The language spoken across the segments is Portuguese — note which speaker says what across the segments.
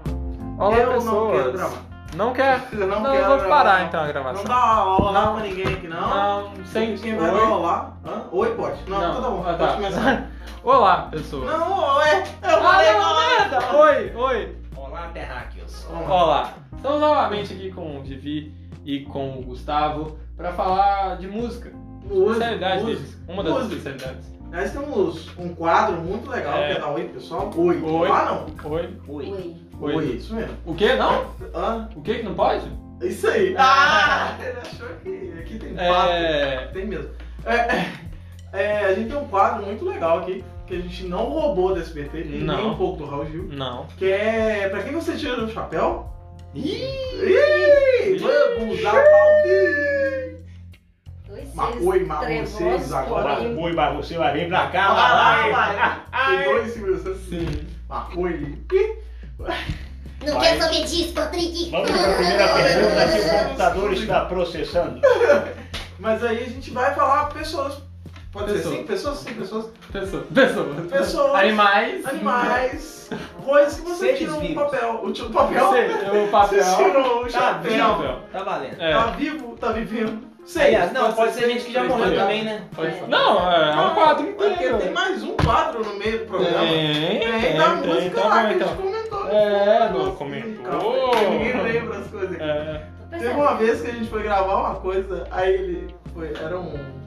Speaker 1: Olá,
Speaker 2: eu não quero
Speaker 1: pessoas.
Speaker 2: gravar.
Speaker 1: Não quer?
Speaker 2: Eu não
Speaker 1: Não,
Speaker 2: quero
Speaker 1: vou
Speaker 2: gravar,
Speaker 1: parar
Speaker 2: não.
Speaker 1: então a
Speaker 2: Não
Speaker 1: gravação.
Speaker 2: dá aula lá
Speaker 1: Não.
Speaker 2: pra ninguém aqui, não.
Speaker 1: Não, sem
Speaker 2: Quem vai
Speaker 1: oi.
Speaker 2: dar aula? lá? Hã? Oi, pode. Não,
Speaker 1: Não.
Speaker 2: tá bom.
Speaker 1: Ah, tá.
Speaker 2: Pode começar.
Speaker 1: Olá, pessoas.
Speaker 2: não, oi. Eu
Speaker 1: Ah,
Speaker 2: falei
Speaker 1: não, merda! Oi, oi.
Speaker 3: Olá, terráqueos.
Speaker 1: Olá. Estamos novamente aqui com o Vivi e com o Gustavo para falar de música. Especialidade deles. Uma das
Speaker 2: música.
Speaker 1: especialidades.
Speaker 2: é Nós temos um quadro muito legal
Speaker 1: É.
Speaker 2: que é da Oi, pessoal. Oi.
Speaker 1: Oi.
Speaker 2: Ah, não. é
Speaker 1: Oi.
Speaker 3: Oi.
Speaker 1: Oi.
Speaker 2: isso mesmo.
Speaker 1: O que? Não?
Speaker 2: Hã?
Speaker 1: O que que não pode?
Speaker 2: Isso aí.
Speaker 1: Ah.
Speaker 2: ele achou que aqui tem pato.
Speaker 1: É.
Speaker 2: Tem mesmo. É, é, a gente tem um quadro muito legal aqui, que a gente não roubou do SBT, nem,
Speaker 1: Não.
Speaker 2: nem um pouco do Raul Gil,
Speaker 1: Não.
Speaker 2: que é pra quem você tira o chapéu?
Speaker 1: Ih!
Speaker 2: Ih, vamos aplaudir!
Speaker 4: Dois
Speaker 2: Mas
Speaker 4: seres
Speaker 2: oi, mas
Speaker 4: trevosos,
Speaker 2: vocês agora-
Speaker 4: porém,
Speaker 3: Oi, mas você vai vir pra cá,
Speaker 2: Vai lá,
Speaker 3: vai,
Speaker 2: vai. Tem
Speaker 3: vai.
Speaker 2: dois Silvio Santos.
Speaker 1: Sim.
Speaker 2: Mas oi. Ih,
Speaker 4: Não
Speaker 3: Vai.
Speaker 4: quero saber disso, Patrick.
Speaker 3: Vamos para a primeira pergunta que o computador está processando.
Speaker 2: Mas aí a gente vai falar pessoas. Pode ser
Speaker 1: Pessoas.
Speaker 2: sim, pessoas, sim, pessoas.
Speaker 1: Pessoas. Pessoas.
Speaker 2: Pessoas.
Speaker 1: Animais.
Speaker 2: Animais. Coisas que você
Speaker 3: Seres
Speaker 2: tira um
Speaker 3: vivos.
Speaker 2: papel. O tio do
Speaker 1: Papel.
Speaker 2: papel.
Speaker 1: O um papel.
Speaker 2: Você tirou o
Speaker 3: Tá
Speaker 2: chapéu.
Speaker 1: Papel.
Speaker 3: Tá valendo.
Speaker 1: É.
Speaker 2: Tá vivo? Tá vivendo? Sei.
Speaker 3: Aliás, ah, não, pode ser
Speaker 2: seis,
Speaker 3: gente que já
Speaker 2: três,
Speaker 3: morreu
Speaker 2: três.
Speaker 3: também, né?
Speaker 1: Pode ser.
Speaker 4: É.
Speaker 1: Não, é, é um quadro
Speaker 2: Porque
Speaker 1: inteiro.
Speaker 2: tem mais um quadro no meio do programa.
Speaker 1: Tem,
Speaker 2: Tem,
Speaker 1: tem,
Speaker 2: da
Speaker 1: tem,
Speaker 2: música
Speaker 1: tá
Speaker 2: lá
Speaker 1: bom,
Speaker 2: que a
Speaker 1: então.
Speaker 2: gente comentou.
Speaker 1: É, não,
Speaker 2: Nossa,
Speaker 1: comentou.
Speaker 2: calma aí, Ninguém lembra as coisas aqui.
Speaker 1: É.
Speaker 2: Teve uma vez que a gente foi gravar uma coisa, aí ele foi, era um.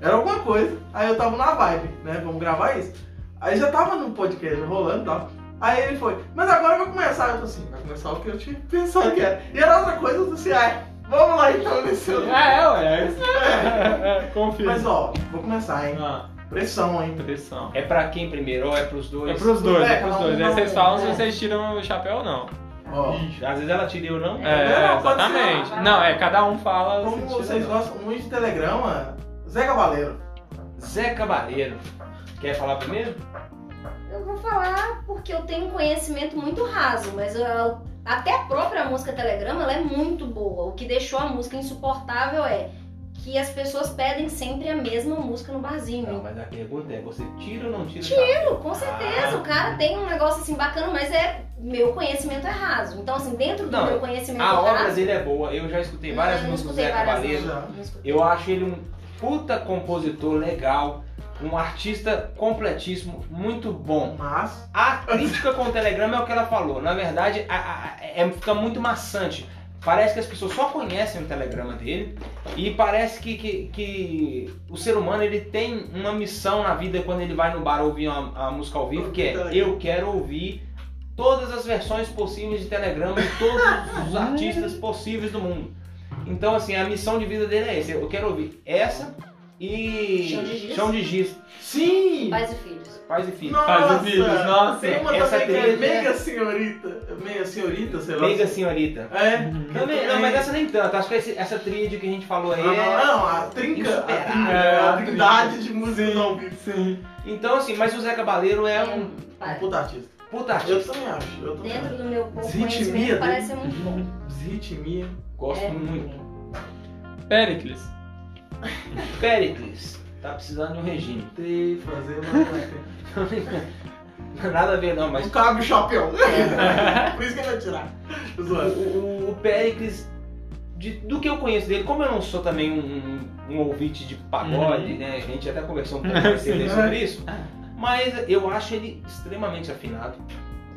Speaker 2: Era alguma coisa, aí eu tava na vibe, né? Vamos gravar isso. Aí já tava no podcast rolando e tal. Aí ele foi, mas agora vai começar. Eu tô assim, vai começar o que eu tinha pensado que era. E era outra coisa, eu tô assim, ai, vamos lá então nesse
Speaker 1: É,
Speaker 2: outro.
Speaker 1: ué, é isso. É, é, confia.
Speaker 2: Mas ó, vou começar, hein?
Speaker 1: Ah,
Speaker 2: Pressão, hein?
Speaker 1: pressão.
Speaker 3: É pra quem primeiro ou é pros dois?
Speaker 1: É pros dois, é
Speaker 2: É,
Speaker 1: pros
Speaker 2: cada um
Speaker 1: dois.
Speaker 2: dá
Speaker 1: Aí
Speaker 2: um,
Speaker 1: vocês falam se
Speaker 2: né?
Speaker 1: vocês tiram o chapéu ou não.
Speaker 2: Ó.
Speaker 3: Ixi, Às vezes ela tira e eu não.
Speaker 1: É,
Speaker 2: não, pode ser,
Speaker 1: exatamente.
Speaker 4: vai lá.
Speaker 1: Não, é cada um fala se
Speaker 2: Como
Speaker 1: tira ou
Speaker 2: vocês
Speaker 1: não.
Speaker 2: gostam muito de telegrama, Zé Cavaleiro.
Speaker 3: Zé Cabaleiro. Quer falar primeiro?
Speaker 4: Eu vou falar porque eu tenho um conhecimento muito raso, mas eu- até a própria música Telegrama ela é muito boa. O que deixou a música insuportável é que as pessoas pedem sempre a mesma música no
Speaker 3: Não,
Speaker 4: barzinho.
Speaker 3: mas a pergunta é, você tira ou não tira? Tá. o
Speaker 4: Tiro.
Speaker 3: chapéu?
Speaker 4: Com certeza, o cara tem um negócio assim bacana, mas é meu conhecimento é raso. Então, assim, dentro do
Speaker 3: Não,
Speaker 4: meu conhecimento
Speaker 3: A obra
Speaker 4: raso.
Speaker 3: dele é boa, eu já escutei várias
Speaker 4: tá? Hum, eu não
Speaker 3: músicas do
Speaker 4: escutei
Speaker 3: Zé
Speaker 4: várias
Speaker 3: Cabaleiro. Uhum.
Speaker 4: músicas, não escutei.
Speaker 3: Eu acho ele um puta compositor legal, um artista completíssimo, muito bom.
Speaker 2: Mas,
Speaker 3: A crítica com o Telegrama é o que ela falou. Na verdade, a- a- é, fica muito maçante. Parece que as pessoas só conhecem o Telegrama dele e parece que, que, que o ser humano ele tem uma missão na vida quando ele vai no bar ouvir uma, a música ao vivo, que é eu quero ouvir todas as versões possíveis de Telegrama de todos os artistas possíveis do mundo. Então, assim, a missão de vida dele é essa. Eu quero ouvir essa e...
Speaker 4: Chão de Giz?
Speaker 3: Chão de Giz.
Speaker 2: sim!
Speaker 4: Pais e filhos.
Speaker 3: Pais e filhos.
Speaker 1: Faz o vídeo, nossa.
Speaker 2: Tem uma
Speaker 3: Essa
Speaker 2: também que é
Speaker 3: trilha-
Speaker 2: mega senhorita. Mega senhorita, sei lá.
Speaker 3: Meiga senhorita.
Speaker 2: É.
Speaker 1: Uhum.
Speaker 2: que
Speaker 3: Não,
Speaker 2: também-
Speaker 3: não, mas essa nem tanto. Acho que esse- essa tríade que a gente falou aí
Speaker 2: Não, não,
Speaker 3: é...
Speaker 2: não, a trinca, a
Speaker 3: Insuperável.
Speaker 2: trinca,
Speaker 1: É, a
Speaker 2: a trindade de música ao vivo.
Speaker 1: Sim.
Speaker 3: Então, assim, mas o Zé Cabaleiro é um
Speaker 2: Um
Speaker 4: pai.
Speaker 2: puta artista.
Speaker 3: puta
Speaker 2: Eu
Speaker 3: artista.
Speaker 2: também acho, eu também acho.
Speaker 4: Dentro do meu pouco
Speaker 2: Zintimia
Speaker 4: conhecimento
Speaker 2: dele.
Speaker 4: parece um ser muito bom.
Speaker 2: Desritmia.
Speaker 3: Gosto
Speaker 4: É.
Speaker 3: muito.
Speaker 1: Péricles.
Speaker 3: Péricles. Tá precisando de um regime.
Speaker 2: Tentei fazer uma...
Speaker 3: Nada a ver, não, mas...
Speaker 2: Não cabe o chapéu. Por isso que ele vai tirar. Tô
Speaker 3: O,
Speaker 2: zoando.
Speaker 3: o, o Péricles, de- do que eu conheço dele, como eu não sou também um, um ouvinte de pagode, né? A gente até conversou um pouco mais cedo aí sobre isso. Mas eu acho ele extremamente afinado.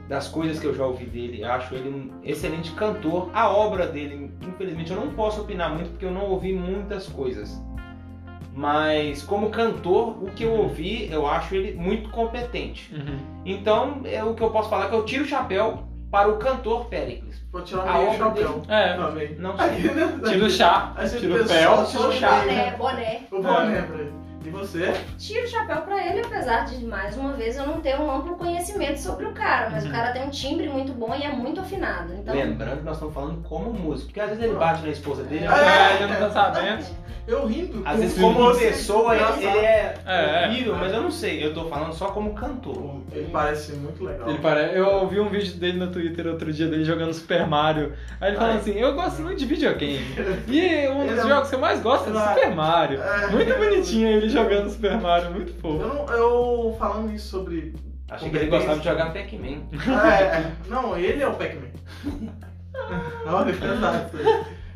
Speaker 3: Das coisas que eu já ouvi dele, eu acho ele um excelente cantor. A obra dele, infelizmente, eu não posso opinar muito porque eu não ouvi muitas coisas. Mas como cantor, o que eu ouvi, eu acho ele muito competente.
Speaker 1: Uhum.
Speaker 3: Então, é o que eu posso falar é que eu tiro o chapéu para o cantor Péricles.
Speaker 2: Vou tirar um
Speaker 3: A
Speaker 2: meio
Speaker 3: obra
Speaker 2: chapéu.
Speaker 1: É.
Speaker 2: Também. né?
Speaker 3: Não sei.
Speaker 1: Tira o chá,
Speaker 2: Aí você
Speaker 1: tira o
Speaker 2: pensa,
Speaker 1: pé,
Speaker 2: só
Speaker 1: tira o
Speaker 2: chá.
Speaker 1: chá.
Speaker 3: né?
Speaker 4: Boné, boné.
Speaker 2: O boné pra ele. E você?
Speaker 4: Tiro o chapéu pra ele, apesar de, mais uma vez, eu não ter um amplo conhecimento sobre o cara. Mas
Speaker 1: Uhum.
Speaker 4: o cara tem um timbre muito bom e é muito afinado. Então,
Speaker 3: Lembrando que nós estamos falando como músico, porque às vezes ele bate na esposa dele,
Speaker 2: É.
Speaker 1: É, eu não tô sabendo.
Speaker 2: Eu rindo.
Speaker 3: às vezes
Speaker 2: Sim.
Speaker 3: como
Speaker 2: Você-
Speaker 3: pessoa ele, ele é,
Speaker 1: É, é.
Speaker 3: horrível, mas eu não sei, eu tô falando só como cantor.
Speaker 2: Ele parece muito legal.
Speaker 1: Ele parece... Eu ouvi um vídeo dele no Twitter outro dia, dele jogando Super Mario. Aí ele falando assim, eu gosto muito de videogame. E um
Speaker 2: Ele
Speaker 1: dos
Speaker 2: é um-
Speaker 1: jogos que eu mais gosto é
Speaker 2: Claro.
Speaker 1: Super Mario.
Speaker 2: É.
Speaker 1: Muito bonitinho ele Ele jogando Super Mario, muito
Speaker 2: Eu,
Speaker 1: fofo.
Speaker 2: não- eu falando isso sobre.
Speaker 3: Achei que ele gostava de jogar Pac-Man.
Speaker 2: É, não, ele é o Pac-Man.
Speaker 1: Ah.
Speaker 2: Olha, verdade.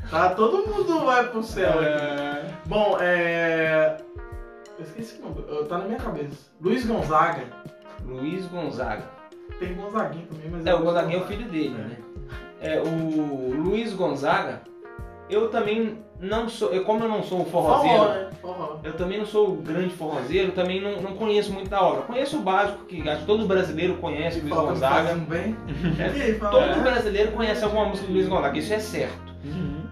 Speaker 2: Tá, todo mundo vai pro céu. aqui.
Speaker 1: É,
Speaker 2: Bom, é. Eu esqueci o nome. eu- Tá na minha cabeça. Luiz Gonzaga.
Speaker 3: Luiz Gonzaga.
Speaker 2: Tem Gonzaguinho também, mas.
Speaker 3: É, o Gonzaguinha é o filho dele, né? É, o Luiz Gonzaga, eu também não sou. Eu, como eu não sou um forrozeiro,
Speaker 2: Forró, né? Forró.
Speaker 3: eu também não sou o grande forrozeiro, também não, não conheço muito da obra. Conheço o básico, que acho que todo brasileiro conhece o Luiz
Speaker 2: Fala,
Speaker 3: Gonzaga.
Speaker 2: fazendo um bem. E aí, fala, é,
Speaker 3: Todo brasileiro conhece alguma música do Luiz Gonzaga, isso é certo.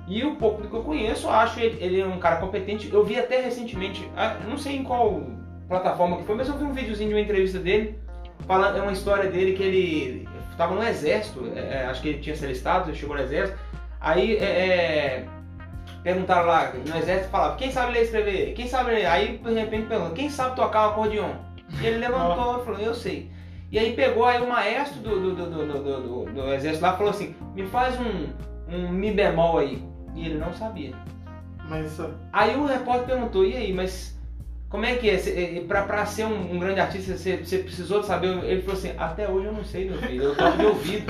Speaker 3: E o pouco que eu conheço, eu acho ele, ele é um cara competente. Eu vi até recentemente, ah, não sei em qual plataforma que foi, mas eu vi um videozinho de uma entrevista dele, falando, é uma história dele que ele estava no exército, é, é, acho que ele tinha se alistado, ele chegou no exército. Aí é, é, perguntaram lá, no exército falava, quem sabe ler e escrever? Quem sabe ler? Aí de repente perguntou, quem sabe tocar o acordeon? E ele levantou e falou, eu sei. E aí pegou aí o maestro do, do, do, do, do, do- do- do exército lá e falou assim, me faz um, um mi bemol aí. E ele não sabia.
Speaker 2: Mas é, isso
Speaker 3: Aí o repórter perguntou, e aí, mas como é que é? Cê- é, Pra, pra ser um, um grande artista, você você precisou de saber? Ele falou assim, até hoje eu não sei, meu filho, eu toco de ouvido.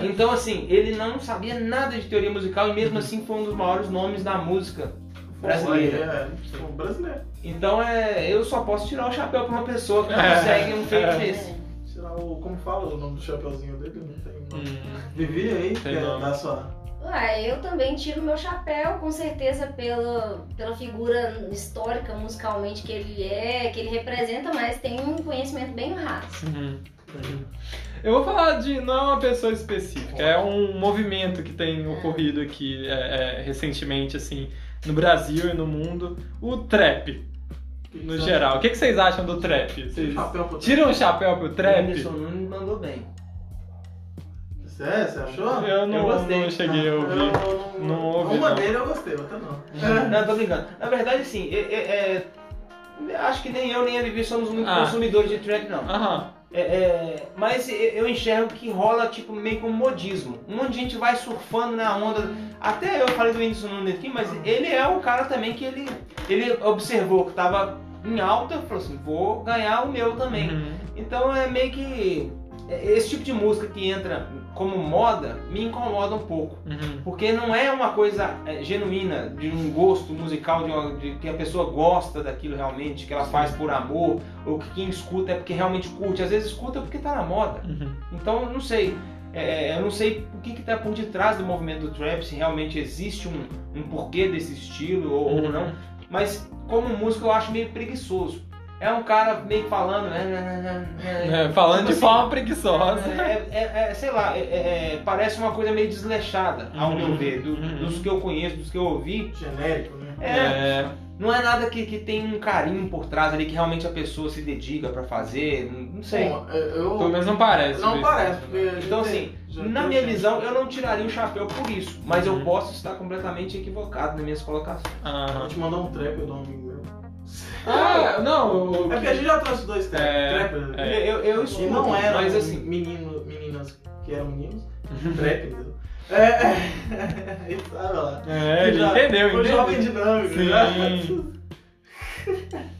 Speaker 2: é.
Speaker 3: Então assim, ele não sabia nada de teoria musical e mesmo assim foi um dos maiores nomes da música. Brasileiro.
Speaker 2: Forró, É, é, um brasileiro.
Speaker 3: Então é, eu só posso tirar o chapéu pra uma pessoa que consegue um feito
Speaker 4: é.
Speaker 2: É
Speaker 3: desse.
Speaker 2: Tirar o. Como fala o nome do chapeuzinho dele? Não tem um nome.
Speaker 1: Hum.
Speaker 2: Vivi aí,
Speaker 1: Tem
Speaker 2: que é
Speaker 1: nome.
Speaker 2: da sua.
Speaker 4: Ué, Ah, eu também tiro meu chapéu, com certeza, pela, pela figura histórica, musicalmente, que ele é, que ele representa, mas tem um conhecimento bem raso.
Speaker 1: Uhum. Eu vou falar de não é uma pessoa específica, é um movimento que
Speaker 2: É.
Speaker 1: tem ocorrido aqui é, é, recentemente, assim, no Brasil e no mundo, o trap, no geral. O que, que vocês acham do trap? Vocês
Speaker 2: um Chapéu pro
Speaker 1: tiram o chapéu pro
Speaker 3: O
Speaker 1: trap?
Speaker 3: Whindersson Nunes mandou bem.
Speaker 2: Você é? Você achou?
Speaker 1: Eu não,
Speaker 3: Eu gostei.
Speaker 1: não cheguei a ouvir.
Speaker 2: Eu
Speaker 1: Não ouvi,
Speaker 2: Uma
Speaker 1: não. Hum.
Speaker 2: dele eu gostei, outra não.
Speaker 3: Não, tô brincando. Na verdade, sim, é- é- é, acho que nem eu nem a Vivi somos muito
Speaker 1: Ah.
Speaker 3: consumidores de trap, não.
Speaker 1: Aham.
Speaker 3: É, é, mas e- eu enxergo que rola tipo meio que um modismo. Um monte de gente vai surfando na onda. Até eu falei do Whindersson Nunes aqui, mas ele é um cara também que ele, ele observou que tava em alta e falou assim: vou ganhar o meu também.
Speaker 1: Uhum.
Speaker 3: Então é meio que. é, Esse tipo de música que entra como moda me incomoda um pouco.
Speaker 1: Uhum.
Speaker 3: Porque não é uma coisa é, genuína de um gosto musical, de, uma- de que a pessoa gosta daquilo realmente, que ela faz por amor, ou que quem escuta é porque realmente curte. Às vezes escuta porque tá na moda.
Speaker 1: Uhum.
Speaker 3: Então, eu não sei. É, eu não sei o que, que tá por detrás do movimento do trap, se realmente existe um, um porquê desse estilo ou,
Speaker 1: Uhum.
Speaker 3: ou não. Mas como músico eu acho meio preguiçoso. É um cara meio que falando. né, né, né, né, né.
Speaker 1: É, falando de
Speaker 3: Assim,
Speaker 1: forma preguiçosa.
Speaker 3: É, é- é- sei lá, é- é- é, parece uma coisa meio desleixada, ao meu ver, do-
Speaker 1: Uhum.
Speaker 3: dos que eu conheço, dos que eu ouvi.
Speaker 2: Genérico, né?
Speaker 3: É, Não é nada que, que tem um carinho por trás ali que realmente a pessoa se dedica pra fazer, não não sei.
Speaker 2: Bom, é, eu.
Speaker 1: pelo menos não parece. assim,
Speaker 2: Não
Speaker 1: Luiz.
Speaker 2: parece, porque. a gente
Speaker 3: Então,
Speaker 2: tem- já
Speaker 3: Na
Speaker 2: tem
Speaker 3: minha
Speaker 2: gente.
Speaker 3: visão, eu não tiraria o chapéu por isso, mas eu
Speaker 1: Uhum.
Speaker 3: posso estar completamente equivocado nas minhas colocações.
Speaker 2: Vou
Speaker 1: Aham.
Speaker 2: te mandar um trap do amigo meu.
Speaker 1: Ah, não. o-
Speaker 2: É porque a gente já trouxe dois trap.
Speaker 1: É,
Speaker 2: trap
Speaker 1: é.
Speaker 3: Eu, eu, eu
Speaker 2: E
Speaker 3: escuto,
Speaker 2: não eram
Speaker 1: um
Speaker 3: mas assim,
Speaker 2: menino, meninas que eram meninos. trap, entendeu? É, é. Ele sabe lá.
Speaker 1: É, ele
Speaker 2: Já-
Speaker 1: entendeu,
Speaker 2: O jovem
Speaker 1: entendeu?
Speaker 2: dinâmico,
Speaker 1: Sim.
Speaker 2: né?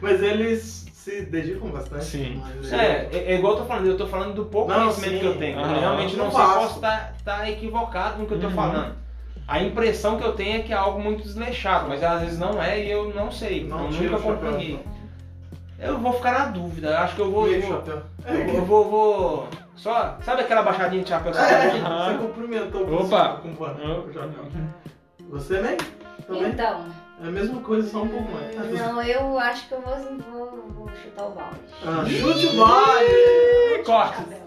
Speaker 2: Mas eles se dedicam bastante.
Speaker 1: Sim.
Speaker 2: Mas,
Speaker 3: É, é, é igual eu tô falando, eu tô falando do pouco
Speaker 2: Não,
Speaker 3: conhecimento
Speaker 2: sim.
Speaker 3: que eu tenho.
Speaker 1: Aham.
Speaker 3: Eu realmente não,
Speaker 2: Não
Speaker 3: sei,
Speaker 2: faço.
Speaker 3: posso estar equivocado no que eu tô
Speaker 1: Uhum.
Speaker 3: falando. A impressão que eu tenho é que é algo muito desleixado, mas às vezes não é e eu não sei.
Speaker 2: Não
Speaker 3: eu
Speaker 2: tira
Speaker 3: nunca
Speaker 2: o chapéu,
Speaker 3: compreendi.
Speaker 2: não.
Speaker 3: Eu vou ficar na dúvida, eu acho que eu vou.
Speaker 2: Meio
Speaker 3: Eu vou,
Speaker 2: chapéu.
Speaker 3: eu vou, eu vou- vou- Só. Sabe aquela baixadinha de chapéu?
Speaker 2: É.
Speaker 3: Sabe?
Speaker 2: Você cumprimentou o
Speaker 1: Opa.
Speaker 2: com o banana, com o chapéu. Você nem? Também?
Speaker 4: Então,
Speaker 2: É a mesma coisa, só um pouco mais.
Speaker 4: não, eu acho que eu vou, vou, vou chutar o balde.
Speaker 2: Ah, chute o balde!
Speaker 1: Corta.
Speaker 4: Chapéu.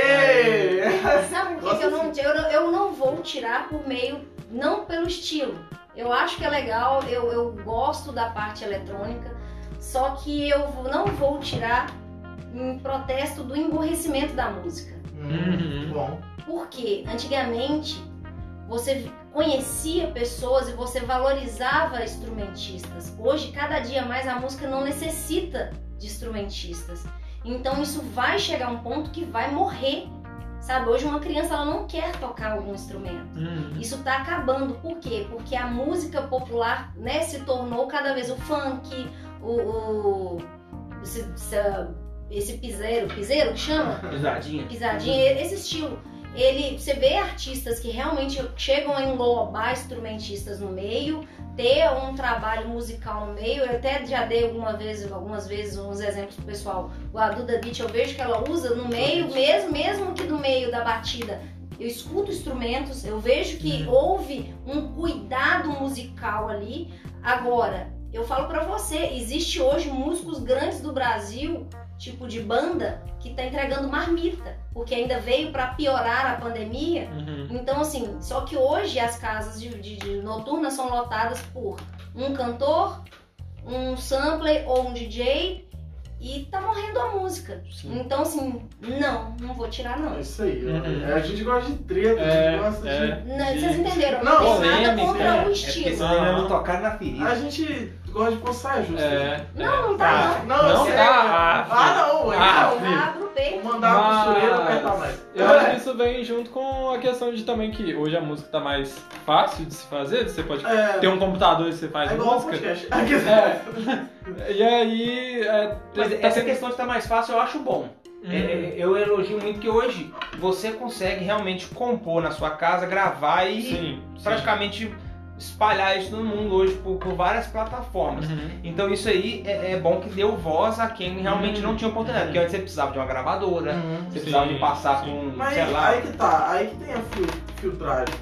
Speaker 2: Aê!
Speaker 4: Sabe por que
Speaker 2: Gosto
Speaker 4: que eu não, eu, não, eu não vou tirar por meio, não pelo estilo. Eu acho que é legal, eu, eu gosto da parte eletrônica, só que eu vou- não vou tirar em protesto do emborrecimento da música.
Speaker 1: Uhum.
Speaker 2: Hum, Bom.
Speaker 4: Porque antigamente você conhecia pessoas e você valorizava instrumentistas. Hoje, cada dia mais, a música não necessita de instrumentistas. Então isso vai chegar a um ponto que vai morrer. Sabe, hoje uma criança ela não quer tocar algum instrumento.
Speaker 1: Uhum.
Speaker 4: Isso tá acabando. Por quê? Porque a música popular, né, se tornou cada vez o funk, o... o esse, essa- esse piseiro, piseiro que chama?
Speaker 3: Pisadinha.
Speaker 4: pisadinha, esse estilo. Ele, você vê artistas que realmente chegam a englobar instrumentistas no meio, ter um trabalho musical no meio. Eu até já dei alguma vez, algumas vezes uns exemplos pro pessoal. O a Duda Beat eu vejo que ela usa no meio, mesmo, mesmo que no meio da batida. Eu escuto instrumentos, eu vejo que houve um cuidado musical ali. Agora, eu falo pra você, existe hoje músicos grandes do Brasil tipo de banda que tá entregando marmita, porque ainda veio para piorar a pandemia.
Speaker 1: Uhum.
Speaker 4: Então, assim, só que hoje as casas de, de- de noturnas são lotadas por um cantor, um sampler ou um DJ e tá morrendo a música.
Speaker 1: Sim.
Speaker 4: Então, assim, não, não vou tirar, não.
Speaker 2: É isso aí. ó.
Speaker 1: Uhum.
Speaker 2: É, a gente gosta de treta, a
Speaker 1: É,
Speaker 2: gente gosta de.
Speaker 1: é.
Speaker 4: Não,
Speaker 1: Sim.
Speaker 4: vocês entenderam?
Speaker 2: Não,
Speaker 4: Não, tem nada
Speaker 1: polêmica,
Speaker 4: contra
Speaker 1: é.
Speaker 4: o
Speaker 3: É porque
Speaker 4: estilo.
Speaker 3: senão ainda não
Speaker 1: Não.
Speaker 3: tocaram na ferida.
Speaker 2: A gente gosta de postar justo.
Speaker 1: É, é.
Speaker 4: Não, não
Speaker 2: Ah,
Speaker 4: tá,
Speaker 2: não, eu
Speaker 1: Não
Speaker 2: sei.
Speaker 1: dá.
Speaker 2: Ah, não, é
Speaker 1: Ah,
Speaker 2: não.
Speaker 1: filho.
Speaker 4: não. Abra o
Speaker 2: Vou
Speaker 4: peito.
Speaker 2: mandar a costureira
Speaker 1: Mas-
Speaker 2: apertar mais.
Speaker 1: Eu acho que isso vem junto com a questão de também que hoje a música tá mais fácil de se fazer, você pode
Speaker 2: É,
Speaker 1: ter um computador e você faz
Speaker 2: é igual o
Speaker 1: música.
Speaker 2: podcast. Ah, quer dizer,
Speaker 1: É. E aí. É,
Speaker 3: Mas
Speaker 1: tá
Speaker 3: essa
Speaker 1: sendo-
Speaker 3: questão de estar mais fácil eu acho bom.
Speaker 1: Hum.
Speaker 3: É, é, eu elogio muito que hoje você consegue realmente compor na sua casa, gravar e
Speaker 1: Sim, sim.
Speaker 3: praticamente espalhar isso no mundo hoje por, por várias plataformas.
Speaker 1: Uhum.
Speaker 3: Então isso aí é, é bom que deu voz a quem realmente não tinha oportunidade, porque antes você precisava de uma gravadora, você
Speaker 1: Uhum. Sim,
Speaker 3: precisava de
Speaker 1: sim.
Speaker 3: passar por um,
Speaker 2: Uhum. Mas
Speaker 3: sei lá.
Speaker 2: aí que tá, aí que tem a fil- filtragem.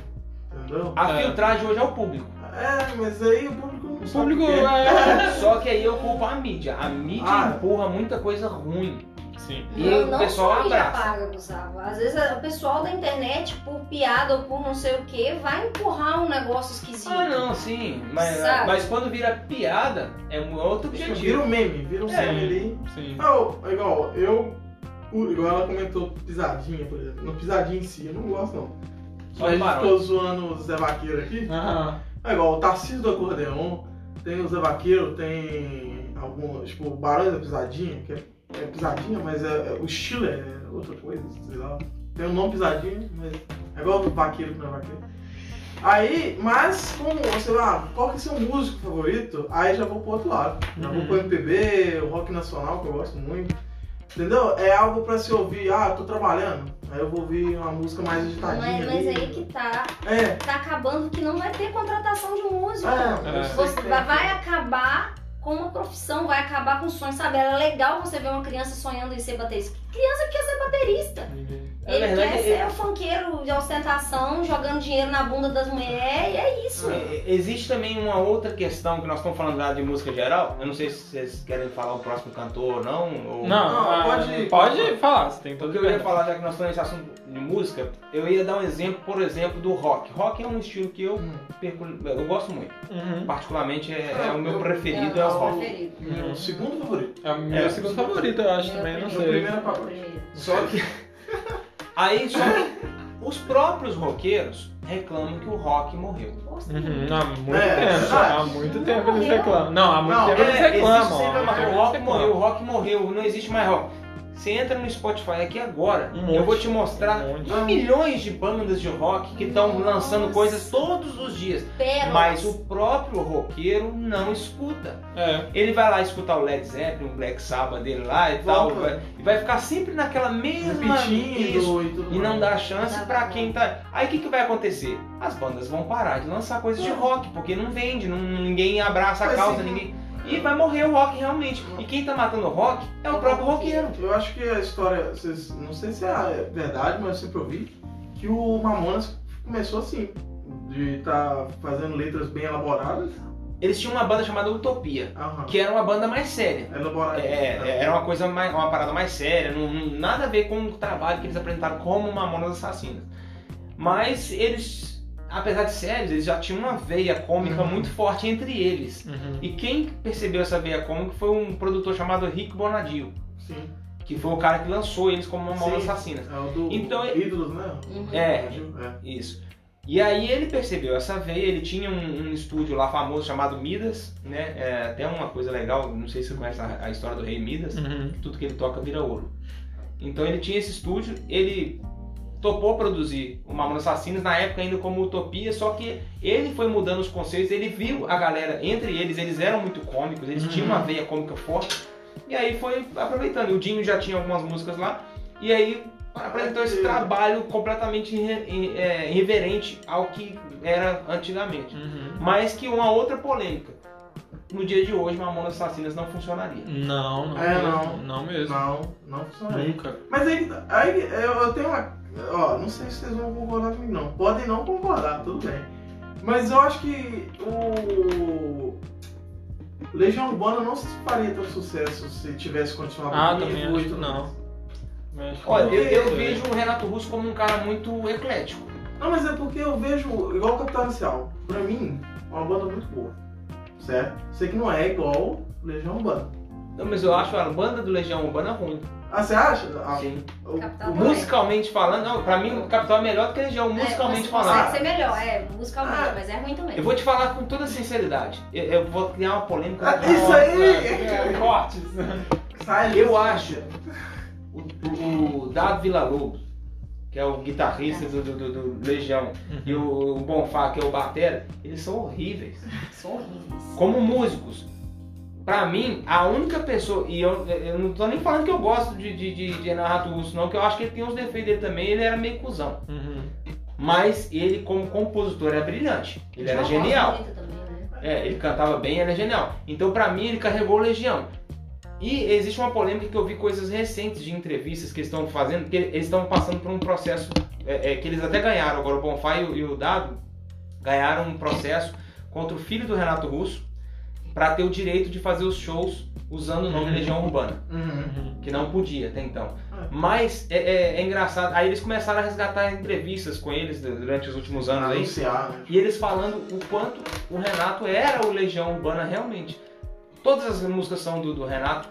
Speaker 2: Entendeu?
Speaker 3: A
Speaker 1: É.
Speaker 3: filtragem hoje é o público.
Speaker 2: É, mas aí o público não
Speaker 1: O
Speaker 2: sabe.
Speaker 1: público
Speaker 2: o que é.
Speaker 1: é.
Speaker 3: Só que aí eu culpo a mídia. A mídia
Speaker 2: Ah.
Speaker 3: empurra muita coisa ruim.
Speaker 1: Sim.
Speaker 3: E o pessoal
Speaker 4: só a mídia
Speaker 3: abraça.
Speaker 4: paga, Gustavo. Às vezes a- o pessoal da internet, por piada ou por não sei o que, vai empurrar um negócio esquisito.
Speaker 3: Ah, não, sim. Mas,
Speaker 4: Sabe?
Speaker 3: mas quando vira piada, é um outro objetivo.
Speaker 2: Vira um meme, vira um
Speaker 1: É.
Speaker 2: meme ali.
Speaker 1: Sim.
Speaker 2: Não, é igual, eu. o- Igual ela comentou pisadinha, por exemplo. No pisadinha em si, eu não gosto não. Mas
Speaker 3: Só
Speaker 2: a
Speaker 3: de
Speaker 2: gente
Speaker 3: barulho.
Speaker 2: ficou zoando o Zé Vaqueiro aqui.
Speaker 1: Aham.
Speaker 2: É igual o Tarcísio do Acordeon, tem o Zé Vaqueiro, tem algum. Tipo, o Barões da Pisadinha, que é, é pisadinha, mas é, é- o estilo é outra coisa, sei lá. Tem o nome pisadinha, mas é igual o vaqueiro que não é vaqueiro. Aí, mas como, sei lá, qual que é seu músico favorito? Aí já vou pro outro lado. Já vou
Speaker 1: Uhum.
Speaker 2: pro MPB, o rock nacional, que eu gosto muito. Entendeu? É algo pra se ouvir, ah, tô trabalhando. Aí eu vou ouvir uma música mais agitadinha.
Speaker 4: Mas, mas
Speaker 2: ali.
Speaker 4: aí que tá,
Speaker 2: É,
Speaker 4: tá acabando que não vai ter contratação de músico.
Speaker 3: Ah,
Speaker 2: é, eu sei
Speaker 4: Você
Speaker 2: que
Speaker 4: vai
Speaker 2: tem.
Speaker 4: vai acabar com uma profissão, vai acabar com sonhos, sabe? Era legal você ver uma criança sonhando em ser baterista. Criança quer ser baterista.
Speaker 3: É
Speaker 4: Ele
Speaker 3: verdade,
Speaker 4: quer
Speaker 3: é-
Speaker 4: ser o funkeiro de ostentação, jogando dinheiro na bunda das mulheres, e é isso.
Speaker 3: É, Existe também uma outra questão que nós estamos falando lá de música geral. Eu não sei se vocês querem falar o próximo cantor ou não. Ou... Então,
Speaker 1: Não,
Speaker 2: Não,
Speaker 1: ah,
Speaker 2: pode-
Speaker 1: pode falar, você tem
Speaker 3: O
Speaker 1: todo
Speaker 3: que
Speaker 1: o
Speaker 3: eu ia
Speaker 1: direito.
Speaker 3: falar, já que nós estamos nesse assunto de música, eu ia dar um exemplo, por exemplo, do rock. Rock é um estilo que eu,
Speaker 2: Hum.
Speaker 3: percu- eu gosto muito.
Speaker 1: Uhum.
Speaker 3: Particularmente é, é o meu
Speaker 2: Eu-
Speaker 3: preferido,
Speaker 4: É,
Speaker 3: é
Speaker 4: o
Speaker 3: o
Speaker 4: nosso
Speaker 3: rock.
Speaker 4: preferido.
Speaker 2: Meu segundo favorito.
Speaker 1: É o meu segundo favorito, eu acho também, não
Speaker 2: Meu
Speaker 1: sei.
Speaker 2: primeiro.
Speaker 3: Só que. Aí só que os próprios roqueiros reclamam que o rock morreu.
Speaker 1: Uhum, há muito
Speaker 2: É,
Speaker 1: tempo.
Speaker 2: verdade.
Speaker 1: Há muito
Speaker 4: Não
Speaker 1: tempo eles
Speaker 4: morreu.
Speaker 1: reclamam. Não, há muito
Speaker 2: Não,
Speaker 1: tempo eles
Speaker 3: É, existe
Speaker 1: reclamam.
Speaker 3: sempre
Speaker 1: há muito
Speaker 3: uma-
Speaker 1: tempo
Speaker 3: o
Speaker 1: eles
Speaker 3: rock
Speaker 1: reclamam.
Speaker 3: morreu, o rock morreu, não existe mais rock. Você entra no Spotify aqui agora,
Speaker 1: Um
Speaker 3: eu
Speaker 1: monte.
Speaker 3: vou te mostrar
Speaker 1: Um monte.
Speaker 3: milhões de bandas de rock que estão
Speaker 4: Nossa.
Speaker 3: lançando coisas todos os dias.
Speaker 4: Pérolas.
Speaker 3: Mas o próprio roqueiro não escuta.
Speaker 1: É.
Speaker 3: Ele vai lá escutar o Led Zeppelin, o Black Sabbath dele lá e tal,
Speaker 2: Volta.
Speaker 3: vai- e vai ficar sempre naquela mesma isso,
Speaker 2: Repetindo e tudo
Speaker 3: e não
Speaker 2: mais.
Speaker 3: dá chance
Speaker 4: Tá
Speaker 3: pra
Speaker 4: bom.
Speaker 3: quem tá. Aí o que, que vai acontecer? As bandas vão parar de lançar coisas de rock, porque não vende, não- ninguém abraça a
Speaker 2: Mas
Speaker 3: causa,
Speaker 2: sim.
Speaker 3: ninguém. E vai morrer o rock realmente. E quem tá matando o rock é o próprio roqueiro.
Speaker 2: Eu acho que a história, vocês, não sei se é verdade, mas eu sempre ouvi que o Mamonas começou assim, de estar fazendo letras bem elaboradas.
Speaker 3: Eles tinham uma banda chamada Utopia,
Speaker 2: Aham.
Speaker 3: que era uma banda mais séria.
Speaker 2: Elaboradas.
Speaker 3: É, é, era uma coisa mais, uma parada mais séria, não, não- nada a ver com o trabalho que eles apresentaram como Mamonas Assassinas. Mas eles, apesar de sérios, eles já tinham uma veia cômica
Speaker 1: Uhum.
Speaker 3: muito forte entre eles.
Speaker 1: Uhum.
Speaker 3: E quem percebeu essa veia cômica foi um produtor chamado Rick Bonadio,
Speaker 2: Sim.
Speaker 3: que foi o cara que lançou eles como uma mão
Speaker 2: Sim.
Speaker 3: assassina.
Speaker 2: É o do
Speaker 3: Então, é-
Speaker 2: Ídolos, né?
Speaker 4: Uhum.
Speaker 3: É.
Speaker 2: é.
Speaker 3: Isso. E aí ele percebeu essa veia, ele tinha um, um estúdio lá famoso chamado Midas, né? É, até uma coisa legal, não sei se você conhece a, a história do rei Midas,
Speaker 1: Uhum.
Speaker 3: tudo que ele toca vira ouro. Então ele tinha esse estúdio, ele topou produzir o Mamonas Assassinos, na época ainda como Utopia, só que ele foi mudando os conceitos, ele viu a galera, entre eles, eles eram muito cômicos, eles tinham uma veia cômica forte, e aí foi aproveitando. O Dinho já tinha algumas músicas lá, e aí apresentou esse trabalho completamente irre- i- é, irreverente ao que era antigamente.
Speaker 1: Uhum.
Speaker 3: Mas que uma outra polêmica. No dia de hoje, Mamonas Assassinas não funcionaria.
Speaker 1: Não, não.
Speaker 2: É,
Speaker 1: mesmo,
Speaker 2: não.
Speaker 1: Não mesmo.
Speaker 2: Não, não funcionaria.
Speaker 1: Nunca.
Speaker 2: Mas aí, que tá- aí eu, eu tenho uma. Ó, não sei se vocês vão concordar comigo, não. Podem não concordar, tudo bem. Mas eu acho que o. Legião Urbana não se faria tão sucesso se tivesse continuado
Speaker 1: Ah,
Speaker 2: com o
Speaker 1: também
Speaker 2: Vivo e
Speaker 1: acho que
Speaker 2: tudo
Speaker 1: não.
Speaker 2: mais.
Speaker 1: Acho que
Speaker 3: Olha,
Speaker 1: não.
Speaker 3: eu, eu vejo o Renato Russo como um cara muito eclético.
Speaker 2: Não, mas é porque eu vejo, igual o Capital Inicial, pra mim, é uma banda muito boa. Certo? Sei que não é igual Legião Urbana.
Speaker 3: Não, mas eu acho a banda do Legião Urbana ruim.
Speaker 2: Ah, você acha? Ah,
Speaker 3: Sim.
Speaker 2: o-
Speaker 4: Capital
Speaker 2: o-
Speaker 4: Urbana.
Speaker 3: Musicalmente falando, não, pra mim o Capital é melhor do que Legião, musicalmente
Speaker 4: é,
Speaker 3: falando.
Speaker 4: Consegue ser melhor, é, musicalmente,
Speaker 2: Ah.
Speaker 4: mas é ruim também.
Speaker 3: Eu vou te falar com toda sinceridade. Eu, eu vou criar uma polêmica.
Speaker 2: Ah, Isso aí!
Speaker 1: É, Cortes.
Speaker 2: Sai,
Speaker 3: Eu acho o, o, o Dado Villa-Lobos, que é o guitarrista do, do- do- do Legião, e o, o Bonfá, que é o Batera, eles são horríveis.
Speaker 4: São horríveis.
Speaker 3: como músicos. Pra mim, a única pessoa, e eu, eu não tô nem falando que eu gosto de, de, de, de Renato Russo, não, que eu acho que ele tem uns defeitos dele também, ele era meio cuzão.
Speaker 1: Uhum.
Speaker 3: Mas ele, como compositor, era brilhante. Ele era
Speaker 4: Tinha uma voz
Speaker 3: genial.
Speaker 4: bonita também, né?
Speaker 3: É, ele cantava bem, era genial. Então, pra mim, ele carregou o Legião. E existe uma polêmica que eu vi coisas recentes de entrevistas que eles estão fazendo, que eles estão passando por um processo é, é, que eles até ganharam. Agora, o Bonfá e o, e o Dado ganharam um processo contra o filho do Renato Russo pra ter o direito de fazer os shows usando o nome
Speaker 1: Uhum.
Speaker 3: Legião Urbana,
Speaker 2: Uhum.
Speaker 1: Uhum.
Speaker 3: que não podia até então.
Speaker 2: Ah.
Speaker 3: Mas é, é- é engraçado. Aí eles começaram a resgatar entrevistas com eles durante os últimos anos aí.
Speaker 2: Anunciar, né?
Speaker 3: E eles falando o quanto o Renato era o Legião Urbana realmente. Todas as músicas são do, do Renato,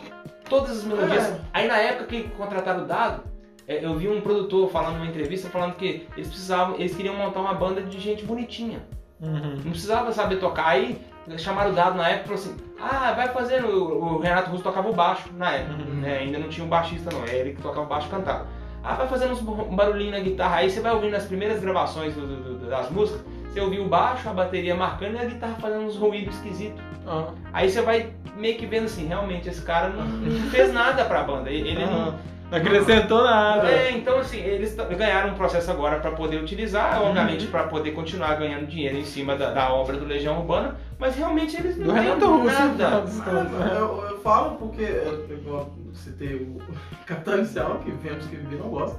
Speaker 3: todas as melodias.
Speaker 2: É.
Speaker 3: Aí na época que contrataram o Dado, é, eu vi um produtor falando numa entrevista falando que eles precisavam, eles queriam montar uma banda de gente bonitinha.
Speaker 1: Uhum.
Speaker 3: Não precisava saber tocar. Aí chamaram o Dado na época e falaram assim: ah, vai fazendo. O, o Renato Russo tocava o baixo na época,
Speaker 1: Uhum.
Speaker 3: né? Ainda não tinha um baixista, não. Era ele que tocava o baixo e cantava. Ah, vai fazendo uns bu- um barulhinho na guitarra. Aí você vai ouvindo as primeiras gravações do- do- do- das músicas, você ouviu o baixo, a bateria marcando e a guitarra fazendo uns ruídos esquisitos.
Speaker 1: Ah,
Speaker 3: Aí você vai meio que vendo assim: realmente esse cara não, não fez nada pra banda. Ele, ele não,
Speaker 1: ah, Não acrescentou nada.
Speaker 3: é, então assim, eles t- ganharam um processo agora para poder utilizar,
Speaker 1: Uhum.
Speaker 3: obviamente para poder continuar ganhando dinheiro em cima da, da obra do Legião Urbana, mas realmente eles
Speaker 1: Do
Speaker 3: não ganham
Speaker 1: Renato Russo. tá né?
Speaker 3: nada.
Speaker 2: Mas Eu, eu falo porque, é, igual citei o Capitão Inicial, que vemos que viver não gosta.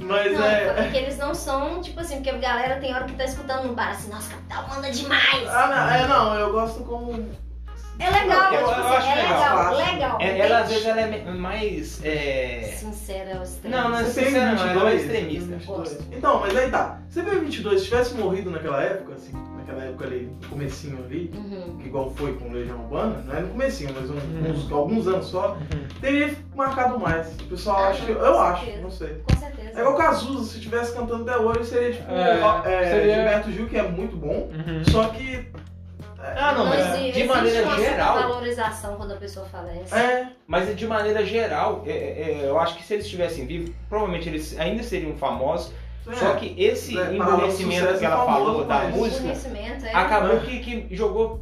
Speaker 2: Mas
Speaker 4: Não,
Speaker 2: é.
Speaker 4: é porque eles não são, tipo assim, porque a galera tem hora que tá escutando no bar assim, nossa, Capital manda demais.
Speaker 2: Ah, não, é, não, eu gosto como.
Speaker 4: É legal,
Speaker 3: eu-
Speaker 4: tipo
Speaker 3: eu
Speaker 4: assim,
Speaker 3: acho
Speaker 4: é
Speaker 3: legal.
Speaker 4: legal, legal.
Speaker 3: É, Ela às vezes ela é me- mais. é,
Speaker 4: Sincera, os três.
Speaker 3: Não, não é
Speaker 2: Você tem
Speaker 3: sincera, não, ela é
Speaker 2: 22,
Speaker 3: extremista.
Speaker 2: 22. Então, mas aí tá. Se o 22 tivesse morrido naquela época, assim, naquela época ali, no comecinho ali,
Speaker 4: Uhum.
Speaker 2: igual foi com Legião Urbana, não é no comecinho, mas um-
Speaker 1: Uhum.
Speaker 2: uns, alguns anos só,
Speaker 1: Uhum.
Speaker 2: teria marcado mais. O pessoal
Speaker 4: Ah,
Speaker 2: acha que.
Speaker 4: com
Speaker 2: Eu acho,
Speaker 4: certeza.
Speaker 2: não sei.
Speaker 4: Com
Speaker 2: É
Speaker 4: certeza.
Speaker 2: igual o Cazuza, se tivesse cantando até hoje, seria tipo
Speaker 1: É,
Speaker 2: é,
Speaker 1: seria-
Speaker 2: Gilberto Gil, que é muito bom.
Speaker 1: Uhum.
Speaker 2: Só que. é,
Speaker 3: Ah, não,
Speaker 4: Não
Speaker 3: mas
Speaker 4: exi-
Speaker 3: de
Speaker 4: existe
Speaker 3: maneira
Speaker 4: uma
Speaker 3: geral.
Speaker 4: valorização quando a pessoa falece.
Speaker 2: É.
Speaker 3: Mas de maneira geral, é, é, eu acho que se eles estivessem vivos, provavelmente eles ainda seriam famosos. Só que esse
Speaker 2: É,
Speaker 3: emburrecimento
Speaker 2: sucesso
Speaker 3: que ela
Speaker 2: famoso,
Speaker 3: falou da
Speaker 2: mas-
Speaker 3: música
Speaker 4: Reconhecimento, é.
Speaker 3: acabou que, que jogou,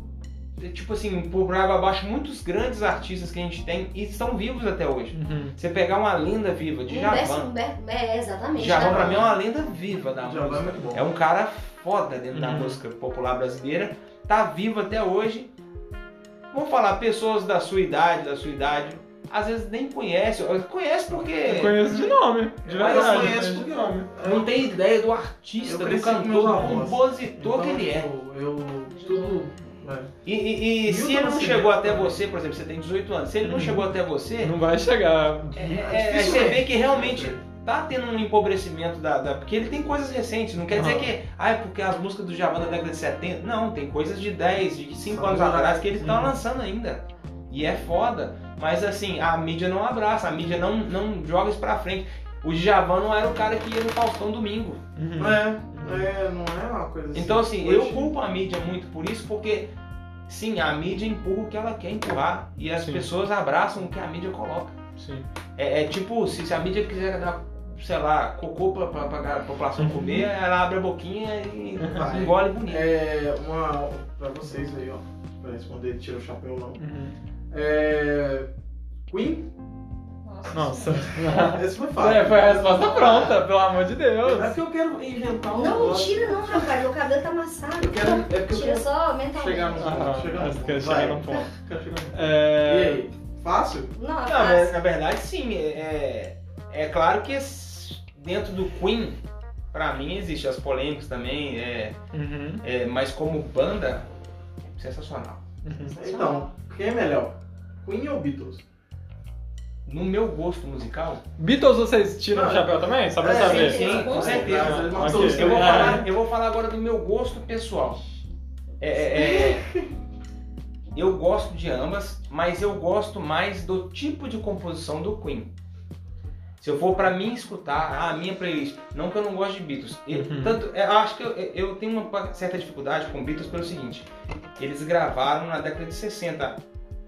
Speaker 3: tipo assim, por água abaixo muitos grandes artistas que a gente tem e estão vivos até hoje.
Speaker 1: Uhum.
Speaker 3: Você pegar uma lenda viva
Speaker 4: Um
Speaker 3: de Javan.
Speaker 4: Humberto- Humberto- É, exatamente.
Speaker 3: Javan
Speaker 4: né?
Speaker 3: pra mim é uma lenda viva da
Speaker 2: Já vai
Speaker 3: música.
Speaker 2: muito bom.
Speaker 3: É um cara foda dentro da
Speaker 1: Uhum.
Speaker 3: música popular brasileira, tá vivo até hoje. Vamos falar, pessoas da sua idade, da sua idade, às vezes nem conhecem, conhece
Speaker 1: Eu
Speaker 3: porque
Speaker 1: conheço de nome, de
Speaker 3: Mas eu
Speaker 1: verdade.
Speaker 2: conheço
Speaker 1: mas de
Speaker 2: porque eu-
Speaker 1: nome.
Speaker 3: não tem ideia do artista,
Speaker 2: Eu
Speaker 3: do
Speaker 2: cresci com
Speaker 3: cantor,
Speaker 2: meus
Speaker 3: do
Speaker 2: avós. Então,
Speaker 3: compositor que ele é.
Speaker 2: Eu, eu tudo. é.
Speaker 3: E, e- e
Speaker 2: Milton
Speaker 3: se ele não
Speaker 2: Nascimento.
Speaker 3: chegou até você, por exemplo, você tem 18 anos, se ele não
Speaker 1: Uhum.
Speaker 3: chegou até você,
Speaker 1: Não vai chegar.
Speaker 3: é- é- é-
Speaker 2: Isso
Speaker 3: você
Speaker 2: é.
Speaker 3: vê que realmente tá tendo um empobrecimento da, da- Porque ele tem coisas recentes, não quer dizer
Speaker 1: Uhum.
Speaker 3: que. Ah, é porque as músicas do Javan da década de 70. Não, tem coisas de 10, de 5
Speaker 2: Só
Speaker 3: anos
Speaker 2: agora.
Speaker 3: atrás que ele tá
Speaker 1: Uhum.
Speaker 3: lançando ainda. E é foda. Mas assim, a mídia não abraça, a mídia não, não joga isso pra frente. O Djavan não era o cara que ia no Faustão domingo.
Speaker 1: Uhum.
Speaker 2: Hum. É, é, não é uma coisa assim.
Speaker 3: Então, assim,
Speaker 2: Hoje-
Speaker 3: eu culpo a mídia muito por isso, porque sim, a mídia empurra o que ela quer empurrar e as
Speaker 1: Sim.
Speaker 3: pessoas abraçam o que a mídia coloca.
Speaker 1: Sim.
Speaker 3: É, é tipo, se, se a mídia quiser dar sei lá, cocô pra, pra, pra a população comer, ela abre a boquinha e
Speaker 2: Vai.
Speaker 3: engole bonito.
Speaker 2: É uma. Pra vocês aí, ó. Pra responder, tira o chapéu ou não.
Speaker 1: Uhum.
Speaker 2: É. Queen?
Speaker 1: Nossa.
Speaker 2: Essa foi fácil.
Speaker 1: É, foi a resposta pronta, pelo amor de Deus.
Speaker 2: É porque eu quero inventar um
Speaker 4: Não,
Speaker 2: negócio.
Speaker 4: tira não, rapaz. Meu cabelo tá amassado.
Speaker 2: Eu quero. É porque eu
Speaker 4: Tira
Speaker 2: quero
Speaker 4: só mentalmente.
Speaker 2: chegar no
Speaker 1: Ah,
Speaker 2: ponto. Chegar no
Speaker 1: acho que
Speaker 2: ponto.
Speaker 1: chegar
Speaker 2: Vai.
Speaker 1: num ponto.
Speaker 2: Quero chegar no ponto. E
Speaker 1: É,
Speaker 2: aí? Fácil?
Speaker 4: Não, é
Speaker 3: Não, mas,
Speaker 4: fácil.
Speaker 3: na verdade sim, é, é claro que s- dentro do Queen, pra mim existe as polêmicas também, é,
Speaker 1: uhum,
Speaker 3: é, mas como banda, sensacional.
Speaker 1: uhum.
Speaker 2: Então, quem é melhor? Queen ou Beatles?
Speaker 3: No meu gosto musical,
Speaker 1: Beatles, vocês tiram o chapéu também? Só pra
Speaker 2: É,
Speaker 1: saber.
Speaker 4: sim, sim.
Speaker 3: com certeza.
Speaker 2: Eles não
Speaker 1: Ok.
Speaker 2: são os
Speaker 3: Eu vou,
Speaker 1: É.
Speaker 3: falar, eu vou falar agora do meu gosto pessoal. É, é, é, eu gosto de ambas, mas eu gosto mais do tipo de composição do Queen. Se eu for pra mim escutar ah, a minha playlist, não que eu não goste de Beatles. E
Speaker 1: Uhum.
Speaker 3: tanto, é, eu acho que eu, eu tenho uma certa dificuldade com Beatles pelo seguinte: eles gravaram na década de 60.